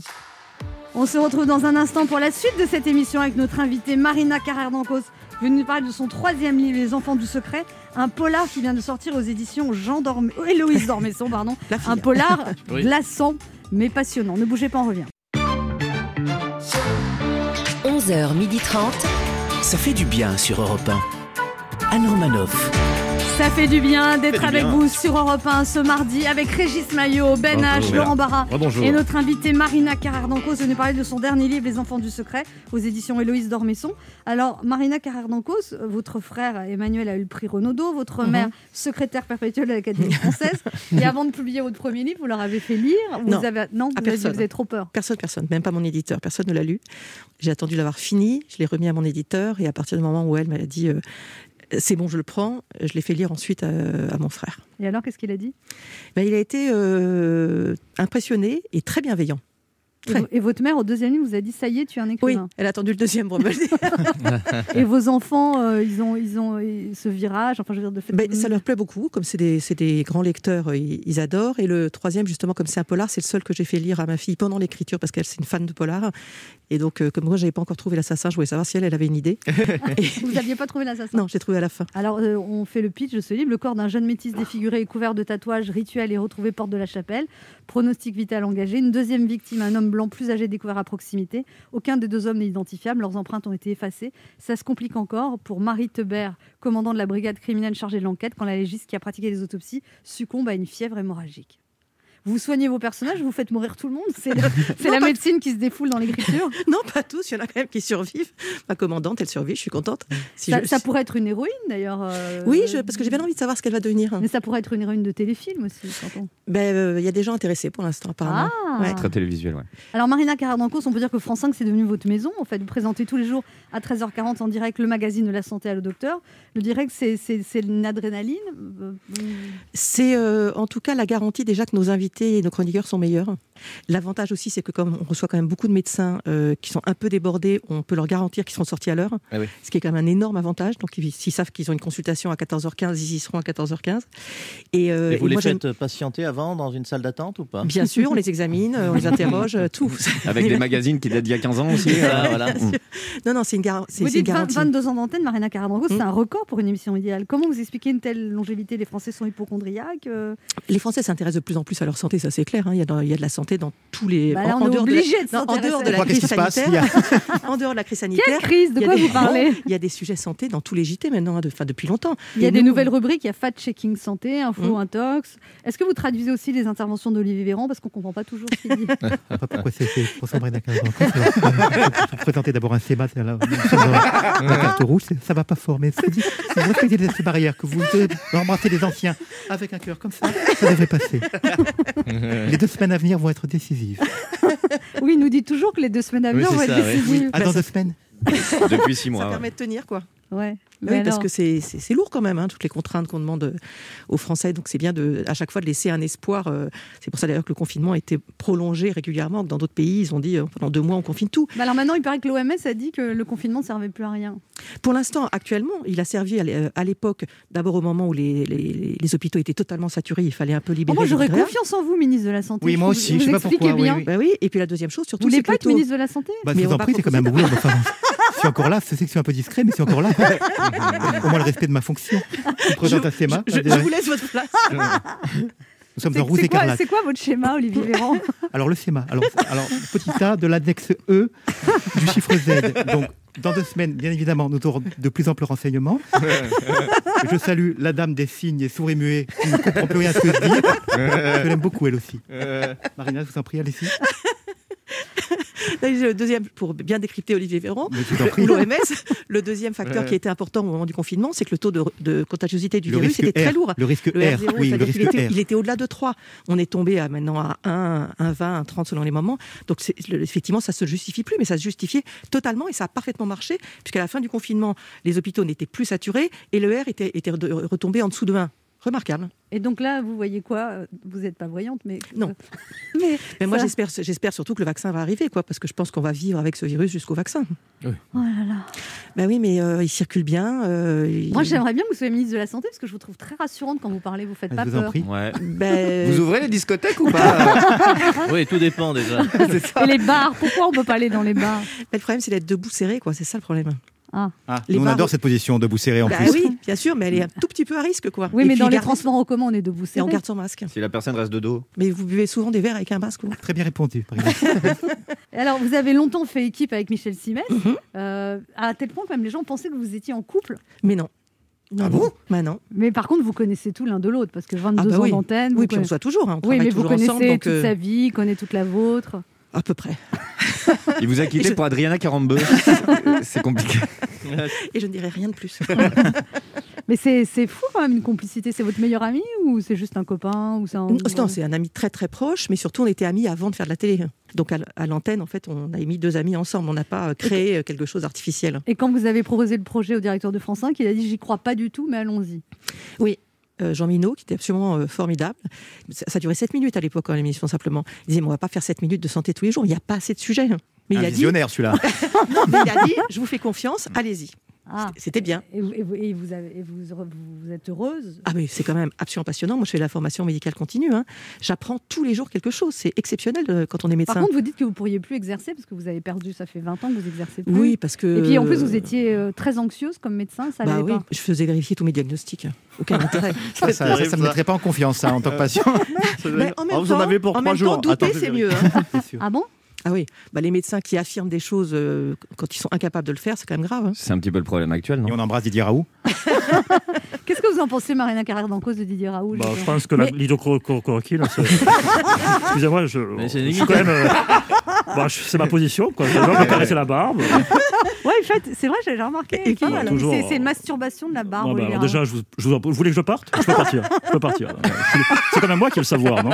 Speaker 1: On se retrouve dans un instant pour la suite de cette émission avec notre invitée Marina Carrère d'Ancos, venue nous parler de son troisième livre, Les Enfants du Secret, un polar qui vient de sortir aux éditions Jean Dormé, oh, Héloïse Dormesson, pardon.
Speaker 11: La fille.
Speaker 1: Un
Speaker 11: *laughs*
Speaker 1: polar
Speaker 4: Oui.
Speaker 1: glaçant, mais passionnant. Ne bougez pas, on revient.
Speaker 12: 11h30.
Speaker 6: Ça fait du bien sur Europe 1. Anne Romanoff.
Speaker 1: Ça fait du bien d'être
Speaker 4: du
Speaker 1: avec
Speaker 4: bien.
Speaker 1: vous sur Europe 1 ce mardi avec Régis Maillot, Ben
Speaker 3: Bonjour,
Speaker 1: H,
Speaker 3: Béla.
Speaker 1: Laurent Barra
Speaker 3: bonjour.
Speaker 1: et notre invitée Marina Carrère d'Ancos venue parler de son dernier livre Les Enfants du Secret aux éditions Héloïse Dormesson. Alors Marina Carrère d'Ancos, euh, votre frère Emmanuel a eu le prix Renaudot, votre
Speaker 11: Mhm.
Speaker 1: mère secrétaire perpétuelle de l'Académie française
Speaker 11: *laughs*
Speaker 1: et avant de publier votre premier livre, vous leur avez fait lire vous
Speaker 11: Non, Ah,
Speaker 1: avez non, vous avez dit
Speaker 11: personne.
Speaker 1: que vous avez trop peur.
Speaker 11: Personne, personne, même pas mon éditeur, personne ne l'a lu. J'ai attendu l'avoir fini, je l'ai remis à mon éditeur, et à partir du moment où elle m'a dit euh, c'est bon, je le prends, je l'ai fait lire ensuite à, à mon frère.
Speaker 1: Et alors qu'est-ce qu'il a dit
Speaker 11: Ben, il a été euh, impressionné et très bienveillant.
Speaker 1: et,
Speaker 11: Très.
Speaker 1: vo- et votre mère au deuxième livre vous a dit ça y est, tu es un
Speaker 11: Oui,
Speaker 1: écrivain.
Speaker 11: elle a attendu le deuxième *laughs* pour me le dire.
Speaker 1: Et vos enfants, euh, ils ont ils ont euh, ce virage, enfin je veux dire de fait
Speaker 11: Ben, ça leur plaît beaucoup, comme c'est des, c'est des grands lecteurs, euh, ils, ils adorent. Et le troisième, justement, comme c'est un polar, c'est le seul que j'ai fait lire à ma fille pendant l'écriture, parce qu'elle, c'est une fan de polar. Et donc, euh, comme moi, j'avais pas encore trouvé l'assassin, je voulais savoir si elle, elle avait
Speaker 1: *laughs*
Speaker 11: une idée.
Speaker 1: Vous n'aviez pas trouvé l'assassin
Speaker 11: Non, j'ai trouvé à la fin.
Speaker 1: Alors, euh, on fait le pitch de ce livre. Le corps d'un jeune métis défiguré et couvert de tatouages rituels est retrouvé porte de la chapelle. Pronostic vital engagé. Une deuxième victime, un homme blanc plus âgé découvert à proximité. Aucun des deux hommes n'est identifiable. Leurs empreintes ont été effacées. Ça se complique encore pour Marie Teubert, commandant de la brigade criminelle chargée de l'enquête, quand la légiste qui a pratiqué les autopsies succombe à une fièvre hémorragique. vous soignez vos personnages, vous faites mourir tout le monde. *laughs* C'est la, c'est la médecine qui se défoule dans l'écriture.
Speaker 11: *laughs* Non, pas tous, il y en a quand même qui survivent. Ma commandante, elle survit, je suis contente. Si
Speaker 1: ça,
Speaker 11: je-
Speaker 1: ça pourrait être une héroïne d'ailleurs. euh,
Speaker 11: Oui, je- parce que j'ai bien envie de savoir ce qu'elle va devenir.
Speaker 1: Mais ça pourrait être une héroïne de téléfilm aussi. quand on-
Speaker 11: Ben, euh, il y a des gens intéressés pour l'instant, apparemment.
Speaker 1: Ah.
Speaker 11: Ouais.
Speaker 3: Très télévisuel, ouais.
Speaker 1: Alors Marina Caradancos, on peut dire que France 5 c'est devenu votre maison. En fait, vous présentez tous les jours à 13h40 en direct le magazine de la santé à le docteur. Le direct c'est- c'est c'est une adrénaline. euh,
Speaker 11: C'est euh, en tout cas la garantie déjà que nos invités et nos chroniqueurs sont meilleurs. L'avantage aussi, c'est que comme on reçoit quand même beaucoup de médecins euh, qui sont un peu débordés, on peut leur garantir qu'ils seront sortis à l'heure,
Speaker 13: Ah oui.
Speaker 11: ce qui est quand même un énorme avantage. Donc ils- s'ils savent qu'ils ont une consultation à 14h15, ils y seront à 14h15. Et, euh,
Speaker 4: Et vous
Speaker 11: et
Speaker 4: les
Speaker 11: moi, j'aime-
Speaker 4: faites hein. patienter avant dans une salle d'attente ou pas
Speaker 11: Bien sûr, on
Speaker 4: *laughs*
Speaker 11: les examine, euh, on les interroge, euh, tout.
Speaker 3: Avec des magazines qui datent d'il y a 15
Speaker 11: *laughs*
Speaker 3: ans *laughs* aussi. euh,
Speaker 4: Ah,
Speaker 3: voilà.
Speaker 11: Bien sûr. Non, non, c'est une, gar- c'est-
Speaker 1: Vous
Speaker 11: c'est Hmm. une
Speaker 1: dites 20
Speaker 11: garantie.
Speaker 1: 22 ans d'antenne, Marina Caradancos, c'est un record pour une émission idéale. Comment vous expliquez une telle longévité Les Français sont hypochondriaques. euh,
Speaker 11: Les Français s'intéressent de plus en plus à leur santé, ça c'est clair. hein. Il, y a dans- il y a de la santé dans tous les.
Speaker 1: Bah là,
Speaker 11: en-
Speaker 1: on
Speaker 11: en
Speaker 1: est
Speaker 11: dehors de la-
Speaker 1: obligé de
Speaker 11: non, En dehors
Speaker 1: s'intéresser.
Speaker 11: de la
Speaker 1: Pourquoi,
Speaker 11: crise
Speaker 1: qu'est-ce qui se passe
Speaker 11: sanitaire. *laughs* en dehors de la crise sanitaire.
Speaker 1: Quelle crise De
Speaker 11: il y a
Speaker 1: quoi
Speaker 11: des-
Speaker 1: vous parlez
Speaker 11: Il y a des sujets santé dans tous les JT maintenant, hein, de- enfin, depuis longtemps.
Speaker 1: Il y a
Speaker 11: Et
Speaker 1: des
Speaker 11: nous-
Speaker 1: nouvelles rubriques, il y a Fat Checking Santé, Info
Speaker 11: Mm.
Speaker 1: Intox. Est-ce que vous traduisez aussi les interventions d'Olivier Véran Parce qu'on ne comprend pas toujours ce qu'il dit.
Speaker 14: pas pourquoi c'est fait. François Brenner qui arrive en course, alors, euh, vous présentez d'abord un schéma là, là, nous sommes dans la la carte rouge, c'est- ça va pas fort, mais si vous- si vous respectez les ces barrières, que vous euh, embrassez les anciens avec un cœur comme ça, ça devrait passer. Les deux semaines à venir vont être décisives.
Speaker 1: oui, il nous dit toujours que les deux semaines à venir vont être décisives.
Speaker 14: Ah, dans deux semaines
Speaker 3: *laughs* Depuis six mois.
Speaker 11: Ça
Speaker 3: ouais.
Speaker 11: permet de tenir, quoi.
Speaker 1: Ouais.
Speaker 11: Bah
Speaker 1: Mais
Speaker 11: oui, parce
Speaker 1: alors
Speaker 11: que c'est- c'est c'est lourd quand même, hein, toutes les contraintes qu'on demande euh, aux Français. Donc c'est bien de, à chaque fois de laisser un espoir. euh, C'est pour ça d'ailleurs que le confinement a été prolongé régulièrement. que Dans d'autres pays, ils ont dit euh, pendant deux mois, on confine tout.
Speaker 1: Bah alors maintenant, il paraît que l'OMS a dit que le confinement ne servait plus à rien.
Speaker 11: Pour l'instant, actuellement, il a servi à l'é- euh, à l'époque, d'abord au moment où les, les- les hôpitaux étaient totalement saturés, il fallait un peu libérer.
Speaker 1: Oh, moi,
Speaker 11: les
Speaker 1: j'aurais
Speaker 11: libraires.
Speaker 1: confiance en vous, ministre de la Santé.
Speaker 11: Oui, moi
Speaker 1: trouve-
Speaker 11: aussi,
Speaker 1: vous
Speaker 11: je sais pas
Speaker 1: expliquez
Speaker 11: pourquoi, oui,
Speaker 1: bien.
Speaker 11: oui. Bah oui, et puis la deuxième chose, surtout,
Speaker 1: Vous voulez
Speaker 11: c'est que
Speaker 1: pas
Speaker 11: le
Speaker 1: être
Speaker 11: taux-
Speaker 1: ministre de la Santé *laughs*
Speaker 2: *laughs*
Speaker 14: Bah, je
Speaker 11: Mais
Speaker 14: vous
Speaker 11: on
Speaker 14: en
Speaker 11: va
Speaker 14: prie, c'est quand même un boulot. mais Enfin, je suis encore là, je sais que je suis un peu discret, mais je suis encore là. Au moins le respect de ma fonction. Je présente un schéma.
Speaker 11: Je, je vous laisse votre place.
Speaker 14: Nous sommes
Speaker 1: C'est-
Speaker 14: en rouge
Speaker 1: C'est quoi,
Speaker 14: écarlate.
Speaker 1: c'est quoi votre schéma, Olivier Véran
Speaker 14: Alors le schéma. Alors, alors petit A de l'index E du chiffre Z. Donc dans deux semaines, bien évidemment, nous aurons de plus amples renseignements. Je salue la dame des signes et souris muets qui ne comprend plus rien à ce que je dis. Je l'aime beaucoup elle aussi. Marina, je vous en prie, allez-y.
Speaker 11: Là, j'ai Le deuxième, pour bien décrypter Olivier Véran,
Speaker 14: Mais je vous en prie.
Speaker 11: ou l'OMS, le deuxième facteur
Speaker 14: Ouais.
Speaker 11: qui était important au moment du confinement, c'est que le taux de, de contagiosité du
Speaker 14: Le
Speaker 11: virus
Speaker 14: risque
Speaker 11: était très
Speaker 14: R,
Speaker 11: lourd.
Speaker 14: le risque R,
Speaker 11: R0,
Speaker 14: oui, le
Speaker 11: c'est-à-dire qu'il
Speaker 14: risque
Speaker 11: était-
Speaker 14: R.
Speaker 11: Il était au-delà de 3. On est tombé à maintenant à 1, 1, 20, 1, 30 selon les moments. Donc c'est- le- effectivement, ça se justifie plus, mais ça se justifiait totalement et ça a parfaitement marché, puisqu'à la fin du confinement, les hôpitaux n'étaient plus saturés et le R était, était re- retombé en dessous de 1. Remarquable.
Speaker 1: Et donc là, vous voyez quoi Euh, Vous n'êtes pas voyante, mais.
Speaker 11: Non.
Speaker 1: *laughs* mais,
Speaker 11: Mais moi,
Speaker 1: ça-
Speaker 11: j'espère j'espère surtout que le vaccin va arriver, quoi, parce que je pense qu'on va vivre avec ce virus jusqu'au vaccin.
Speaker 1: Oh là là.
Speaker 11: Ben oui, mais euh, il circule bien. euh, il-
Speaker 1: Moi, j'aimerais bien que vous soyez ministre de la Santé parce que je vous trouve très rassurante quand vous parlez, vous
Speaker 11: Ah,
Speaker 1: faites pas peur.
Speaker 11: *laughs* Ben-
Speaker 3: Vous ouvrez les discothèques ou pas
Speaker 11: *laughs*
Speaker 4: Oui, tout dépend déjà.
Speaker 1: Et les bars, pourquoi on peut pas aller dans les bars
Speaker 11: Ben, le problème, c'est d'être debout serré, quoi. C'est ça le problème.
Speaker 1: Ah.
Speaker 11: Les
Speaker 2: Nous, on
Speaker 11: barres-
Speaker 2: adore cette position de serrée en
Speaker 11: Bah
Speaker 2: plus.
Speaker 11: oui, bien sûr, mais elle est un tout petit peu à risque, quoi.
Speaker 1: Oui,
Speaker 11: Et
Speaker 1: mais
Speaker 11: puis,
Speaker 1: dans les
Speaker 11: garde-
Speaker 1: transports en commun, on est debout.
Speaker 11: Et
Speaker 1: serré.
Speaker 11: on garde son masque.
Speaker 3: Si la personne reste de dos.
Speaker 11: Mais vous buvez souvent des verres avec un masque, vous
Speaker 14: Très bien répondu. par exemple.
Speaker 1: Et Alors, vous avez longtemps fait équipe avec Michel Simès,
Speaker 11: Mhm.
Speaker 1: euh, à tel point que même les gens pensaient que vous étiez en couple.
Speaker 11: Mais non.
Speaker 14: Ah
Speaker 11: Non, non. Bah non.
Speaker 1: Mais par contre, vous connaissez tout l'un de l'autre parce que 22
Speaker 11: Ah bah
Speaker 1: ans
Speaker 11: oui.
Speaker 1: d'antenne.
Speaker 11: Oui,
Speaker 1: vous
Speaker 11: puis on
Speaker 1: conna-
Speaker 11: se voit toujours, hein, on
Speaker 1: oui,
Speaker 11: travaille
Speaker 1: mais vous
Speaker 11: toujours
Speaker 1: connaissez
Speaker 11: ensemble, donc,
Speaker 1: toute
Speaker 11: euh,
Speaker 1: sa vie, connaît toute la vôtre.
Speaker 11: À peu près.
Speaker 3: Il vous a quitté pour
Speaker 11: *laughs*
Speaker 3: Adriana Carambeu. C'est *laughs* compliqué.
Speaker 11: Et je ne dirai rien de plus.
Speaker 1: Ah, Mais c'est c'est fou quand même une complicité. C'est votre meilleur ami ou c'est juste un copain ou c'est un...
Speaker 11: Non, c'est un ami très très proche, mais surtout on était amis avant de faire de la télé. Donc à l- à l'antenne, en fait, on a mis deux amis ensemble. On n'a pas euh, créé euh, quelque chose d'artificiel.
Speaker 1: Et quand vous avez proposé le projet au directeur de France 5, il a dit j'y crois pas du tout, mais allons-y.
Speaker 11: Oui. euh, Jean Minot, qui était absolument euh, formidable. Ça, ça durait 7 minutes à l'époque, hein, l'émission, simplement. Il disait, mais on va pas faire 7 minutes de santé tous les jours, il n'y a pas assez de sujets. hein. Mais
Speaker 2: Un
Speaker 11: il a dit, *laughs*
Speaker 2: visionnaire celui-là.
Speaker 11: mais *laughs* il a dit, je vous fais confiance, allez-y.
Speaker 1: Ah.
Speaker 11: C'était bien.
Speaker 1: Et, vous- et vous, et vous avez- et vous- vous êtes heureuse
Speaker 11: Ah mais c'est quand même absolument passionnant. Moi, je fais de la formation médicale continue. hein. J'apprends tous les jours quelque chose. C'est exceptionnel euh, quand on est médecin.
Speaker 1: Par contre, vous dites que vous pourriez plus exercer parce que vous avez perdu, ça fait 20 ans que vous exercez plus.
Speaker 11: Oui, parce que-
Speaker 1: Et puis en plus, vous étiez euh, très anxieuse comme médecin, ça
Speaker 11: bah
Speaker 1: l'avait
Speaker 11: oui,
Speaker 1: pas.
Speaker 11: je faisais vérifier tous mes diagnostics. hein.
Speaker 2: *laughs*
Speaker 11: Aucun intérêt.
Speaker 2: Ça, ça, ça, Euh, ça me mettrait pas en
Speaker 14: hein,
Speaker 2: confiance, ça, en tant que patient. *laughs*
Speaker 11: Mais en même temps, en même temps, douter, c'est mieux. hein.
Speaker 1: Ah bon
Speaker 11: Ah oui, bah, les médecins qui affirment des choses euh, quand ils sont incapables de le faire, c'est quand même grave. hein.
Speaker 3: C'est un petit peu le problème actuel, non
Speaker 2: Et on embrasse Didier Raoult
Speaker 1: Qu'est-ce que vous en pensez, Marina Carrère d'Ancause de Didier Raoult
Speaker 13: Bah, je
Speaker 1: justement
Speaker 13: pense que
Speaker 1: Mais-
Speaker 13: la- l'hydrochloroquine,
Speaker 2: *laughs*
Speaker 13: c'est- excusez-moi, je, je suis quand même, euh, bah, je- c'est ma position. Quoi. Je vais me caresser la barbe.
Speaker 1: *laughs* Ouais, en fait, c'est vrai, j'ai remarqué. elle est pas
Speaker 13: puis,
Speaker 1: mal.
Speaker 13: toujours,
Speaker 1: C'est c'est une masturbation de la barbe.
Speaker 13: Bon, bah,
Speaker 1: Olivier
Speaker 13: alors, déjà, je vous, je vous- vous voulez que je parte Je peux partir. Je peux partir. Euh, je suis- C'est quand même moi qui ai le savoir, non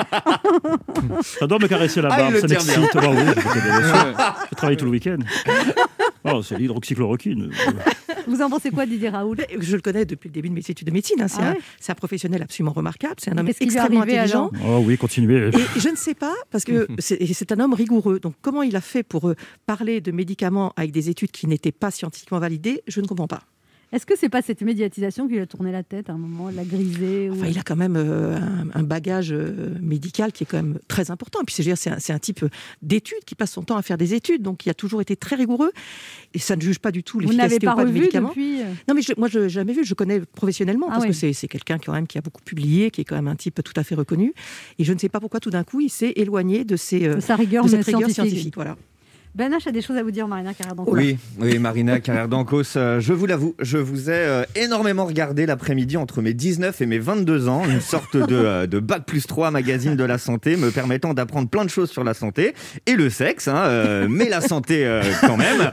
Speaker 13: J'adore me caresser la
Speaker 10: Ah, il
Speaker 13: barbe,
Speaker 10: le
Speaker 13: ça
Speaker 10: tient
Speaker 13: m'excite.
Speaker 10: bien.
Speaker 13: Bah oui, je-
Speaker 10: *laughs*
Speaker 13: je- je- je travaille tout le week-end. Oh, c'est l'hydroxychloroquine.
Speaker 1: Raoult. Vous en pensez quoi, Didier Raoult
Speaker 11: Je le connais depuis le début de mes études de médecine. hein. C'est
Speaker 1: Ah
Speaker 11: un-
Speaker 1: ouais
Speaker 11: c'est un, professionnel absolument remarquable. C'est un homme
Speaker 1: Qu'est-ce qui lui est
Speaker 11: extrêmement
Speaker 1: arrivé,
Speaker 11: intelligent.
Speaker 13: Oh oui, continuez.
Speaker 11: Et je ne sais pas, parce que c'est et c'est un homme rigoureux. Donc, comment il a fait pour euh, parler de médicaments avec des études qui n'étaient pas scientifiquement validées Je ne comprends pas.
Speaker 1: Est-ce que c'est pas cette médiatisation qui lui a tourné la tête à un moment, l'a grisée ou-
Speaker 11: Enfin, il a quand même euh, un, un bagage euh, médical qui est quand même très important. Et puis, c'est- je veux dire, c'est un, c'est un type euh, d'études qui passe son temps à faire des études. Donc, il a toujours été très rigoureux. Et ça ne juge pas du tout
Speaker 1: Vous n'avez
Speaker 11: l'efficacité ou
Speaker 1: pas
Speaker 11: pas de
Speaker 1: revu
Speaker 11: médicaments.
Speaker 1: depuis euh,
Speaker 11: Non, mais je- moi, je n'ai jamais vu. Je connais professionnellement
Speaker 1: Ah
Speaker 11: parce
Speaker 1: oui.
Speaker 11: que c'est- c'est quelqu'un quand même qui a beaucoup publié, qui est quand même un type tout à fait reconnu. Et je ne sais pas pourquoi tout d'un coup il s'est éloigné de, ses, euh,
Speaker 1: De sa rigueur,
Speaker 11: de cette
Speaker 1: mais
Speaker 11: rigueur
Speaker 1: scientifique.
Speaker 11: scientifique. voilà.
Speaker 1: Ben H a des choses à vous dire, Marina Carrère d'Ancos.
Speaker 3: Oui, oui, Marina Carrère d'Ancos, euh, je vous l'avoue, je vous ai euh, énormément regardé l'après-midi entre mes 19 et mes 22 ans, une sorte de, euh, de bac plus 3 magazine de la santé me permettant d'apprendre plein de choses sur la santé et le sexe, hein, euh, mais la santé euh, quand même,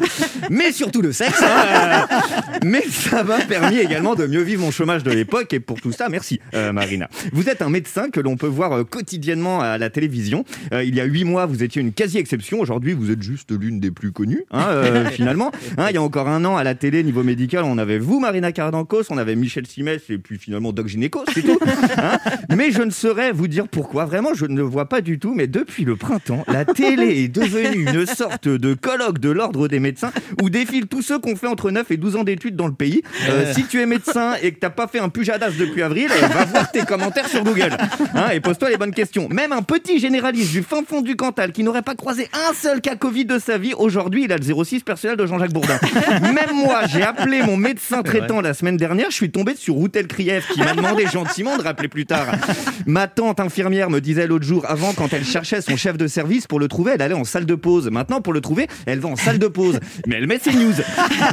Speaker 3: mais surtout le sexe. hein, euh, mais ça m'a permis également de mieux vivre mon chômage de l'époque et pour tout ça, merci euh, Marina. Vous êtes un médecin que l'on peut voir euh, quotidiennement à la télévision. Euh, il y a huit mois, vous étiez une quasi-exception. Aujourd'hui, vous êtes juste l'une des plus connues, hein, euh, finalement. Hein, il y a encore un an, à la télé, niveau médical, on avait vous, Marina Cardancos, on avait Michel Simès et puis finalement Doc Gynéco, c'est tout. Hein. mais je ne saurais vous dire pourquoi. Vraiment, je ne le vois pas du tout. Mais depuis le printemps, la télé est devenue une sorte de colloque de l'ordre des médecins où défilent tous ceux qu'on fait entre 9 et 12 ans d'études dans le pays. Euh, si tu es médecin et que t'as pas fait un pujadas depuis avril, euh, va voir tes commentaires sur Google Hein, et pose-toi les bonnes questions. Même un petit généraliste du fin fond du Cantal qui n'aurait pas croisé un seul cas Covid de sa vie, aujourd'hui il a le 06 personnel de Jean-Jacques Bourdin. Même moi, j'ai appelé mon médecin traitant la semaine dernière, je suis tombé sur Routel Krief qui m'a demandé gentiment de rappeler plus tard. Ma tante infirmière me disait l'autre jour, avant quand elle cherchait son chef de service pour le trouver, elle allait en salle de pause. Maintenant pour le trouver, elle va en salle de pause. Mais elle met ses news.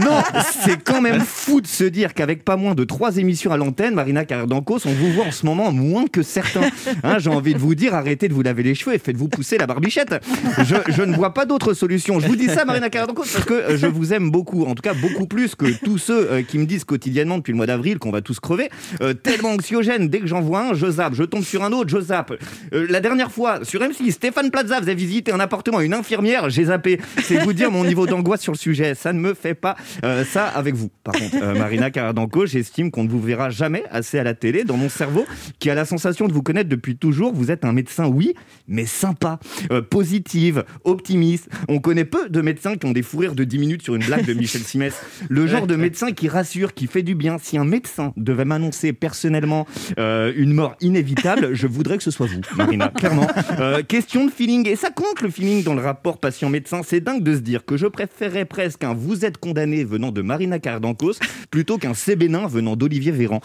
Speaker 3: Non, c'est quand même fou de se dire qu'avec pas moins de trois émissions à l'antenne, Marina Carrère d'Ancos, on vous voit en ce moment moins que certains. Hein, J'ai envie de vous dire, arrêtez de vous laver les cheveux et faites-vous pousser la barbichette. Je, je ne vois pas d'autre solution. Je vous dis ça, Marina Carrère d'Ancos, parce que euh, je vous aime beaucoup. En tout cas, beaucoup plus que tous ceux euh, qui me disent quotidiennement depuis le mois d'avril qu'on va tous crever. Euh, tellement anxiogène, dès que j'en vois un, je zappe. Je tombe sur un autre, je zappe. Euh, la dernière fois, sur M6, Stéphane Plaza faisait visiter un appartement à une infirmière, j'ai zappé. C'est vous dire mon niveau d'angoisse sur le sujet. Ça ne me fait pas euh, ça avec vous. Par contre, euh, Marina Caradanco, j'estime qu'on ne vous verra jamais assez à la télé. Dans mon cerveau, qui a la sensation de vous connaître depuis toujours, vous êtes un médecin, oui, mais sympa, euh, positive, optimiste. On connaît peu de médecins qui ont des fous rires de 10 minutes sur une blague de Michel Simès. Le genre de médecin qui rassure, qui fait du bien. Si un médecin devait m'annoncer personnellement euh, une mort inévitable, je voudrais que ce soit vous, Marina, clairement. Euh, question de feeling, et ça compte le feeling dans le rapport patient-médecin. C'est dingue de se dire que je préférais presque un vous êtes condamné venant de Marina Cardancos plutôt qu'un c'est bénin venant d'Olivier Véran.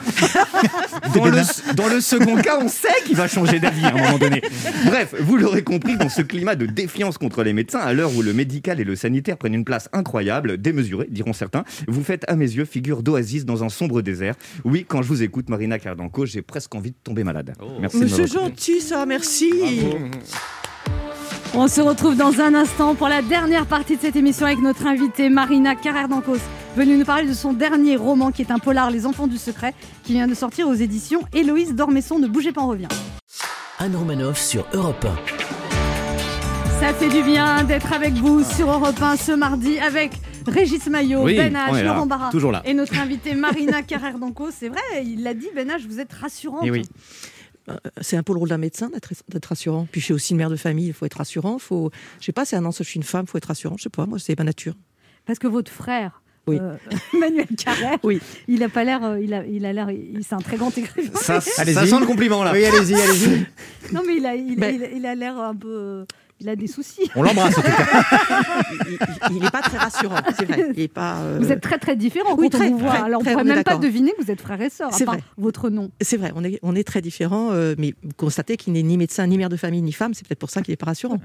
Speaker 3: Dans le, dans le second cas, on sait qu'il va changer d'avis à un moment donné. *laughs* Bref, vous l'aurez compris, dans ce climat de défiance contre les médecins, à l'heure où le médical et le sanitaire prennent une place incroyable, démesurée, diront certains, vous faites à mes yeux figure d'oasis dans un sombre désert. Oui, quand je vous écoute, Marina Cardanco, j'ai presque envie de tomber malade. Merci de
Speaker 11: Mais c'est
Speaker 3: m'avoir écouté.
Speaker 11: gentil ça, merci.
Speaker 1: On se retrouve dans un instant pour la dernière partie de cette émission avec notre invitée Marina Carrère d'Ancos, venue nous parler de son dernier roman qui est un polar, Les Enfants du Secret, qui vient de sortir aux éditions Héloïse Dormesson. Ne bougez pas, on revient.
Speaker 6: Anne Romanoff sur Europe
Speaker 1: Ça fait du bien d'être avec vous sur Europe 1 ce mardi avec Régis Maillot,
Speaker 6: Oui,
Speaker 1: Ben
Speaker 6: on
Speaker 1: H,
Speaker 6: est là,
Speaker 1: Laurent Barra
Speaker 6: toujours là.
Speaker 1: et notre invitée Marina Carrère d'Ancos. C'est vrai, il l'a dit, Ben H, vous êtes rassurante.
Speaker 3: Eh
Speaker 6: Eh
Speaker 11: Euh, C'est un peu le rôle d'un médecin d'être d'être rassurant. Puis je suis aussi une mère de famille, il faut être rassurant. Faut, je sais pas, c'est un an, je suis une femme, faut être rassurant. Je sais pas, moi c'est ma nature.
Speaker 1: Parce que votre frère,
Speaker 11: Oui. *laughs*
Speaker 1: euh, *laughs* Manuel Carrère, il a pas l'air, euh, il a, il a l'air, il- c'est un très grand écrivain.
Speaker 11: *laughs*
Speaker 3: Ça, ça sent le compliment là.
Speaker 2: Oui, allez-y, allez-y.
Speaker 1: Non mais il a, il,
Speaker 11: Ben-
Speaker 1: il- il a l'air un peu. euh, Il a des soucis.
Speaker 15: On l'embrasse, en tout
Speaker 1: *laughs* cas.
Speaker 11: Il n'est pas très rassurant, c'est vrai. Il est pas, euh,
Speaker 1: Vous êtes très très différents
Speaker 11: Oui,
Speaker 1: quand
Speaker 11: très,
Speaker 1: on vous voit.
Speaker 11: très,
Speaker 1: Alors on
Speaker 11: très,
Speaker 1: pourrait
Speaker 11: on est
Speaker 1: même pas
Speaker 11: d'accord.
Speaker 1: deviner que vous êtes frère et sœur. à
Speaker 11: C'est
Speaker 1: part
Speaker 11: vrai.
Speaker 1: Votre nom.
Speaker 11: C'est vrai, on est, on est très différents, euh, mais vous constatez qu'il n'est ni médecin, ni mère de famille, ni femme, c'est peut-être pour ça qu'il n'est
Speaker 1: *laughs*
Speaker 11: pas rassurant.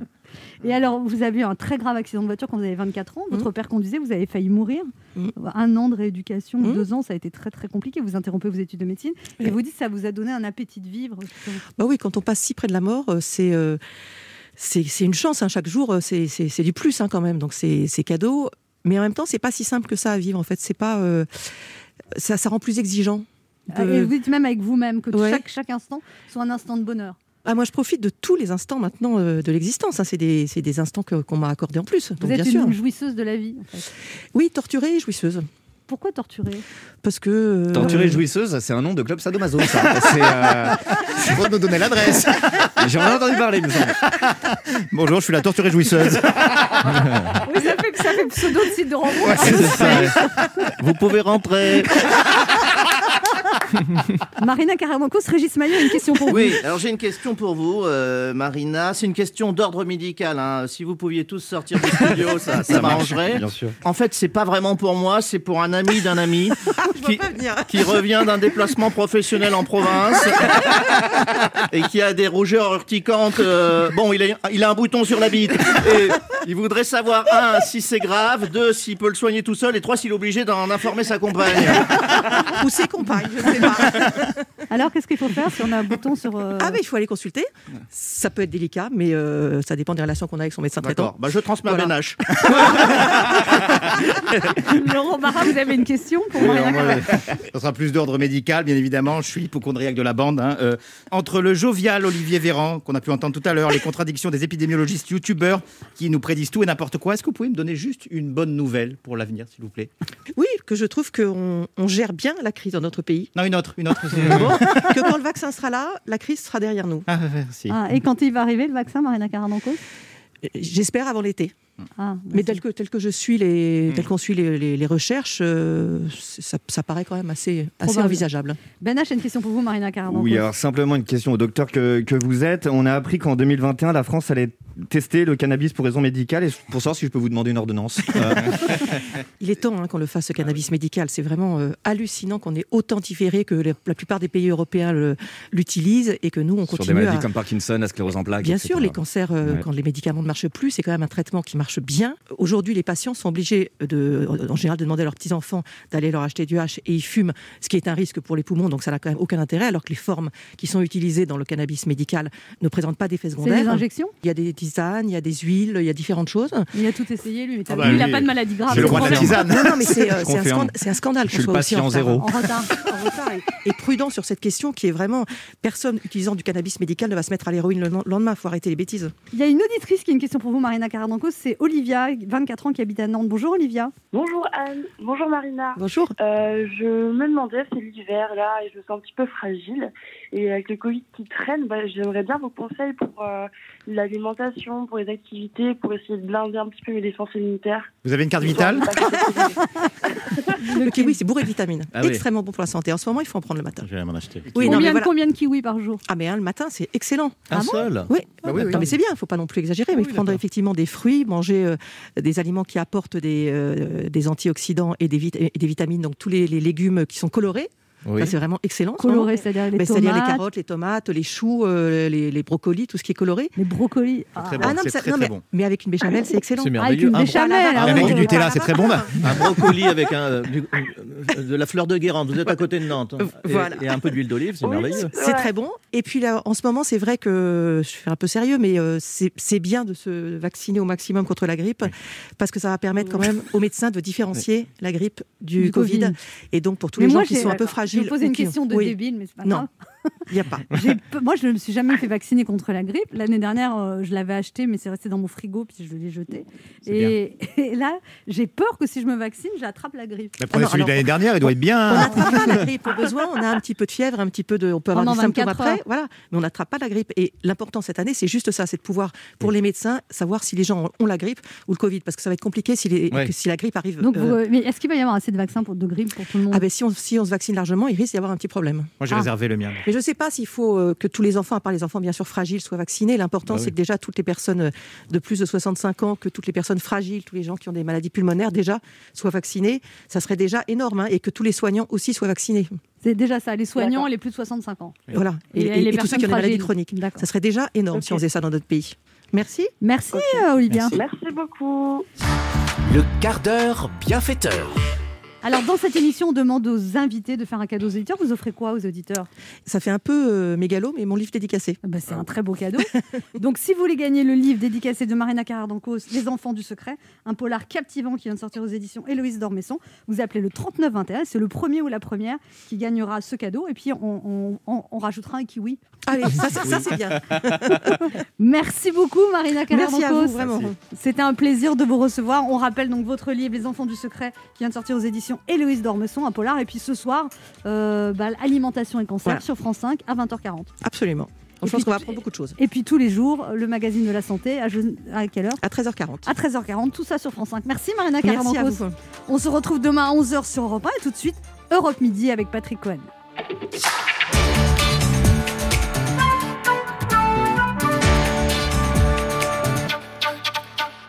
Speaker 1: Et alors, vous avez eu un très grave accident de voiture quand vous avez 24 ans.
Speaker 11: Mmh.
Speaker 1: Votre père conduisait, vous avez failli mourir.
Speaker 11: Mm.
Speaker 1: Un an de rééducation,
Speaker 11: Mhm.
Speaker 1: deux ans, ça a été très très compliqué. Vous interrompez vos études de médecine et vous dites ça vous a donné un appétit de vivre.
Speaker 11: Bah oui, quand on passe si près de la mort, euh, c'est euh, c'est c'est une chance. hein. Chaque jour, euh, c'est c'est- c'est du plus hein, quand même. Donc c'est c'est cadeau. Mais en même temps, c'est pas si simple que ça à vivre. En fait, c'est pas euh, ça, ça rend plus exigeant. de-
Speaker 1: Ah, Et vous dites même avec vous-même que
Speaker 11: Ouais.
Speaker 1: chaque, chaque instant soit un instant de bonheur.
Speaker 11: Ah, moi, je profite de tous les instants maintenant euh, de l'existence. hein. C'est des, c'est des instants que- qu'on m'a accordés en plus.
Speaker 1: Vous
Speaker 11: Donc, bien
Speaker 1: êtes
Speaker 11: sûr.
Speaker 1: une jouisseuse de la vie. en fait.
Speaker 11: Oui, torturée et jouisseuse.
Speaker 1: Pourquoi torturer
Speaker 11: Parce que. euh,
Speaker 3: Torturée jouisseuse, c'est un nom de club sadomaso, ça. C'est. euh,
Speaker 2: Il faut nous donner l'adresse.
Speaker 3: J'en ai entendu parler, il me semble.
Speaker 2: Bonjour, je suis la torturée jouisseuse.
Speaker 1: *laughs* Oui, ça fait, ça fait pseudo de site de rencontre.
Speaker 4: Vous pouvez rentrer.
Speaker 1: Marina Carabancos, Régis Maillot, une question pour
Speaker 4: Oui,
Speaker 1: vous.
Speaker 4: alors j'ai une question pour vous, euh, Marina. C'est une question d'ordre médical. hein. Si vous pouviez tous sortir du studio, ça, ça
Speaker 15: Ça marche,
Speaker 4: m'arrangerait.
Speaker 15: bien sûr.
Speaker 4: En fait, c'est pas vraiment pour moi, c'est pour
Speaker 14: *laughs*
Speaker 4: un ami d'un ami qui, qui revient d'un déplacement professionnel en province et qui a des rougeurs urticantes. euh, bon, il a, il a un bouton sur la bite. Et il voudrait savoir, un, si c'est grave, deux, s'il peut le soigner tout seul, et trois, s'il est obligé d'en informer sa compagne.
Speaker 11: Ou ses compagnes, je ne sais pas.
Speaker 1: Alors, qu'est-ce qu'il faut faire si on a un bouton
Speaker 11: *laughs*
Speaker 1: sur. euh,
Speaker 11: Ah, mais il faut aller consulter. Ça peut être délicat, mais euh, ça dépend des relations qu'on a avec son médecin traitant.
Speaker 4: D'accord, bah, je transmets un ménage.
Speaker 1: Laurent Barra, vous avez une question pour
Speaker 2: Oui,
Speaker 1: Marina
Speaker 2: alors moi, euh,
Speaker 1: Carabancos
Speaker 2: ça sera plus d'ordre médical, bien évidemment. Je suis hypochondriaque de la bande. hein. Euh, entre le jovial Olivier Véran, qu'on a pu entendre tout à l'heure, les contradictions des épidémiologistes youtubeurs qui nous prédisent tout et n'importe quoi, est-ce que vous pouvez me donner juste une bonne nouvelle pour l'avenir, s'il vous plaît
Speaker 11: *laughs* Oui, que je trouve qu'on on gère bien la crise dans notre pays.
Speaker 2: Non, une autre, une autre.
Speaker 11: *laughs* que quand le vaccin sera là, la crise sera derrière nous.
Speaker 2: Ah, merci.
Speaker 1: Ah, et quand il va arriver le vaccin, Marina Carabancos
Speaker 11: Euh, J'espère avant l'été.
Speaker 1: Ah,
Speaker 11: Mais tel que, tel que je suis les, tel qu'on suit les, les- les recherches, euh, c'est- ça, ça paraît quand même assez, assez
Speaker 1: Probable. *laughs*
Speaker 11: envisageable.
Speaker 1: Ben H, une question pour vous, Marina Carabancos.
Speaker 3: Oui, alors simplement une question au docteur que, que vous êtes. On a appris qu'en 2021, la France allait tester le cannabis pour raison médicale et pour savoir si je peux vous demander une
Speaker 11: *laughs*
Speaker 3: ordonnance. Euh,
Speaker 11: Il est temps hein, qu'on le fasse, ce cannabis médical. C'est vraiment euh, hallucinant qu'on ait autant différé que la, la plupart des pays européens le- l'utilisent et que nous, on
Speaker 3: sur des
Speaker 11: continue
Speaker 3: maladies
Speaker 11: à-
Speaker 3: comme Parkinson, la sclérose en plaques.
Speaker 11: Bien
Speaker 3: etc.
Speaker 11: sûr, les cancers, euh,
Speaker 3: Ouais.
Speaker 11: quand les médicaments ne marchent plus, c'est quand même un traitement qui marche bien. Aujourd'hui, les patients sont obligés, de, en général, de demander à leurs petits-enfants d'aller leur acheter du H et ils fument, ce qui est un risque pour les poumons, donc ça n'a quand même aucun intérêt, alors que les formes qui sont utilisées dans le cannabis médical ne présentent pas d'effets secondaires.
Speaker 1: des injections
Speaker 11: Il y a des tisanes, il y a des huiles, il y a différentes choses.
Speaker 1: Il a tout essayé, lui, mais t'as
Speaker 11: Ah bah
Speaker 1: vu, il
Speaker 11: lui,
Speaker 1: n'a pas de maladie grave.
Speaker 11: c'est le roi de la
Speaker 1: problème.
Speaker 11: tisane. Non, non, mais c'est, euh, Je c'est un confirme. scanda- c'est un scandale
Speaker 3: Je suis
Speaker 11: qu'on soit
Speaker 3: le
Speaker 11: aussi
Speaker 3: patient
Speaker 11: en retard. hein.
Speaker 3: zéro.
Speaker 1: En retard.
Speaker 11: et prudent sur cette question qui est vraiment personne utilisant du cannabis médical ne va se mettre à l'héroïne le lendemain. Il faut arrêter les bêtises.
Speaker 1: Il y a une auditrice qui a une question pour vous, Marina Carabancos. C'est Olivia, 24 ans, qui habite à Nantes. Bonjour, Olivia.
Speaker 16: Bonjour Anne, bonjour Marina. Euh,
Speaker 11: Bonjour.
Speaker 16: je me demandais, c'est l'hiver là et je me sens un petit peu fragile. Et avec le Covid qui traîne, bah, j'aimerais bien vos conseils pour euh, l'alimentation, pour les activités, pour essayer de blinder un petit peu mes défenses immunitaires.
Speaker 2: Vous avez une carte vitale
Speaker 11: Le kiwi, c'est bourré de vitamines.
Speaker 4: Ah oui.
Speaker 11: Extrêmement bon pour la santé. En ce moment, il faut en prendre le matin.
Speaker 4: Je vais m'en acheter.
Speaker 11: Oui, non,
Speaker 1: combien,
Speaker 11: mais voilà.
Speaker 1: combien de kiwis par jour
Speaker 11: Ah, mais hein, le matin, c'est excellent.
Speaker 4: Un Ah bon seul
Speaker 11: Oui.
Speaker 4: Bah oui, oui,
Speaker 11: Non,
Speaker 4: oui.
Speaker 11: mais c'est bien, il ne faut pas non plus exagérer, mais prendre effectivement des fruits, manger euh, des aliments qui apportent des, euh, des antioxydants et des, vit- et des vitamines, donc tous les, les légumes qui sont colorés.
Speaker 1: Oui.
Speaker 11: Ça, c'est vraiment excellent.
Speaker 1: Colorés,
Speaker 11: ce moment.
Speaker 1: c'est-à-dire les
Speaker 11: Mais C'est-à-dire les
Speaker 1: tomates.
Speaker 11: carottes, les tomates, les choux, euh, les, les brocolis, tout ce qui est coloré. Ah.
Speaker 1: Les brocolis.
Speaker 2: très bon,
Speaker 11: non,
Speaker 2: c'est
Speaker 11: mais, ça-
Speaker 2: très,
Speaker 11: non,
Speaker 2: très
Speaker 11: mais-
Speaker 2: bon.
Speaker 11: mais avec une béchamel, c'est excellent.
Speaker 4: C'est merveilleux.
Speaker 11: Ah,
Speaker 4: Ah,
Speaker 11: voilà,
Speaker 2: Ah,
Speaker 11: voilà,
Speaker 2: Avec du
Speaker 11: voilà.
Speaker 2: Nutella, c'est très bon. bah.
Speaker 4: Un brocoli avec un, euh, du- euh, de la fleur de Guérande. Vous êtes à côté de Nantes. hein. Et,
Speaker 11: Voilà.
Speaker 4: et un peu d'huile d'olive, c'est merveilleux.
Speaker 11: C'est très bon. Et puis là, en ce moment, c'est vrai que je suis un peu sérieux, mais euh, c'est c'est bien de se vacciner au maximum contre la grippe parce que ça va permettre quand même aux médecins de différencier la grippe du,
Speaker 1: Du
Speaker 11: Covid.
Speaker 1: Covid.
Speaker 11: Et donc pour tous
Speaker 1: Mais
Speaker 11: les gens
Speaker 1: moi,
Speaker 11: qui
Speaker 1: j'ai-
Speaker 11: sont un peu
Speaker 1: d'accord.
Speaker 11: fragiles.
Speaker 1: Je vais vous poser
Speaker 11: ou
Speaker 1: une
Speaker 11: qui-
Speaker 1: question de
Speaker 11: Oui.
Speaker 1: débile, mais c'est pas grave.
Speaker 11: Non, il n'y a pas.
Speaker 1: *laughs* J'ai peu- Moi, je ne me suis jamais fait vacciner contre la grippe. L'année dernière, euh, je l'avais acheté, mais c'est resté dans mon frigo, puis je l'ai jeté. Et, *laughs* et là, j'ai peur que si je me vaccine, j'attrape la grippe.
Speaker 2: Mais prenez
Speaker 11: Ah non,
Speaker 2: celui de
Speaker 11: alors-
Speaker 2: l'année dernière, il doit être
Speaker 11: On
Speaker 2: bien.
Speaker 11: n'attrape pas la grippe au besoin, on a un petit peu de fièvre, un petit peu de. On peut avoir
Speaker 1: Pendant
Speaker 11: des symptômes
Speaker 1: 24
Speaker 11: après,
Speaker 1: heures.
Speaker 11: voilà, mais on n'attrape pas la grippe. Et l'important cette année, c'est juste ça, c'est de pouvoir, pour les médecins, savoir si les gens ont la grippe ou le Covid, parce que ça va être compliqué si, les-
Speaker 1: Ouais.
Speaker 11: que si la grippe arrive.
Speaker 1: Donc, vous-
Speaker 11: euh,
Speaker 1: mais est-ce qu'il va y avoir assez de vaccins pour, de grippe pour tout le monde
Speaker 11: Ah ben si on, si on se vaccine largement, il risque d'y avoir un petit problème.
Speaker 2: Moi, j'ai
Speaker 11: Ah.
Speaker 2: réservé le mien.
Speaker 11: Mais je ne sais pas s'il faut euh, que tous les enfants, à part les enfants bien sûr fragiles, soient vaccinés. L'important,
Speaker 15: Bah oui.
Speaker 11: c'est que déjà toutes les personnes euh, de plus de 65 ans, que toutes les personnes fragiles, tous les gens qui ont des maladies pulmonaires, déjà soient vaccinés. Ça serait déjà énorme, hein, et que tous les soignants aussi soient vaccinés.
Speaker 1: C'est déjà ça, les soignants, les plus de 65 ans.
Speaker 11: Voilà. Et, et- et tous ceux qui ont des maladies chroniques.
Speaker 1: D'accord.
Speaker 11: Ça serait déjà énorme si on faisait ça dans notre pays. Merci.
Speaker 1: Merci, euh, Olivia.
Speaker 11: Merci.
Speaker 16: beaucoup.
Speaker 6: Le quart d'heure bienfaiteur.
Speaker 1: Alors, dans cette émission, on demande aux invités de faire un cadeau aux auditeurs. Vous offrez quoi aux auditeurs Ah bah,
Speaker 11: Ça fait un peu euh, mégalo, mais mon livre dédicacé. Ah
Speaker 1: c'est un très beau
Speaker 11: *laughs*
Speaker 1: cadeau. Donc, si vous voulez gagner le livre dédicacé de Marina Carrère-Dancos, Les Enfants du Secret, un polar captivant qui vient de sortir aux éditions Héloïse Dormesson, vous appelez le 3921. C'est le premier ou la première qui gagnera ce cadeau. Et puis, on, on- on- on rajoutera un kiwi.
Speaker 11: Allez, ça, c'est- ça, c'est
Speaker 3: *laughs*
Speaker 11: bien.
Speaker 1: Merci beaucoup, Marina Carrère-Dancos.
Speaker 11: Merci à vous, vraiment. Merci.
Speaker 1: C'était un plaisir de vous recevoir. On rappelle donc votre livre, Les Enfants du Secret, qui vient de sortir aux éditions Héloïse Dormesson, un polar. Et puis ce soir, euh, bah, Alimentation et Cancer
Speaker 11: Voilà.
Speaker 1: sur France 5 à 20h40.
Speaker 11: Absolument.
Speaker 1: Et
Speaker 11: Je pense
Speaker 1: puis-
Speaker 11: qu'on va apprendre beaucoup de choses.
Speaker 1: Et puis tous les jours, le magazine de la santé, à, je- à quelle heure
Speaker 11: À 13h40.
Speaker 1: À 13h40, tout ça sur France 5. Merci Marina
Speaker 11: Merci
Speaker 1: Carrère-Dancos.
Speaker 11: à vous.
Speaker 1: On se retrouve demain à 11h sur Europe 1 et tout de suite, Europe Midi avec Patrick Cohen.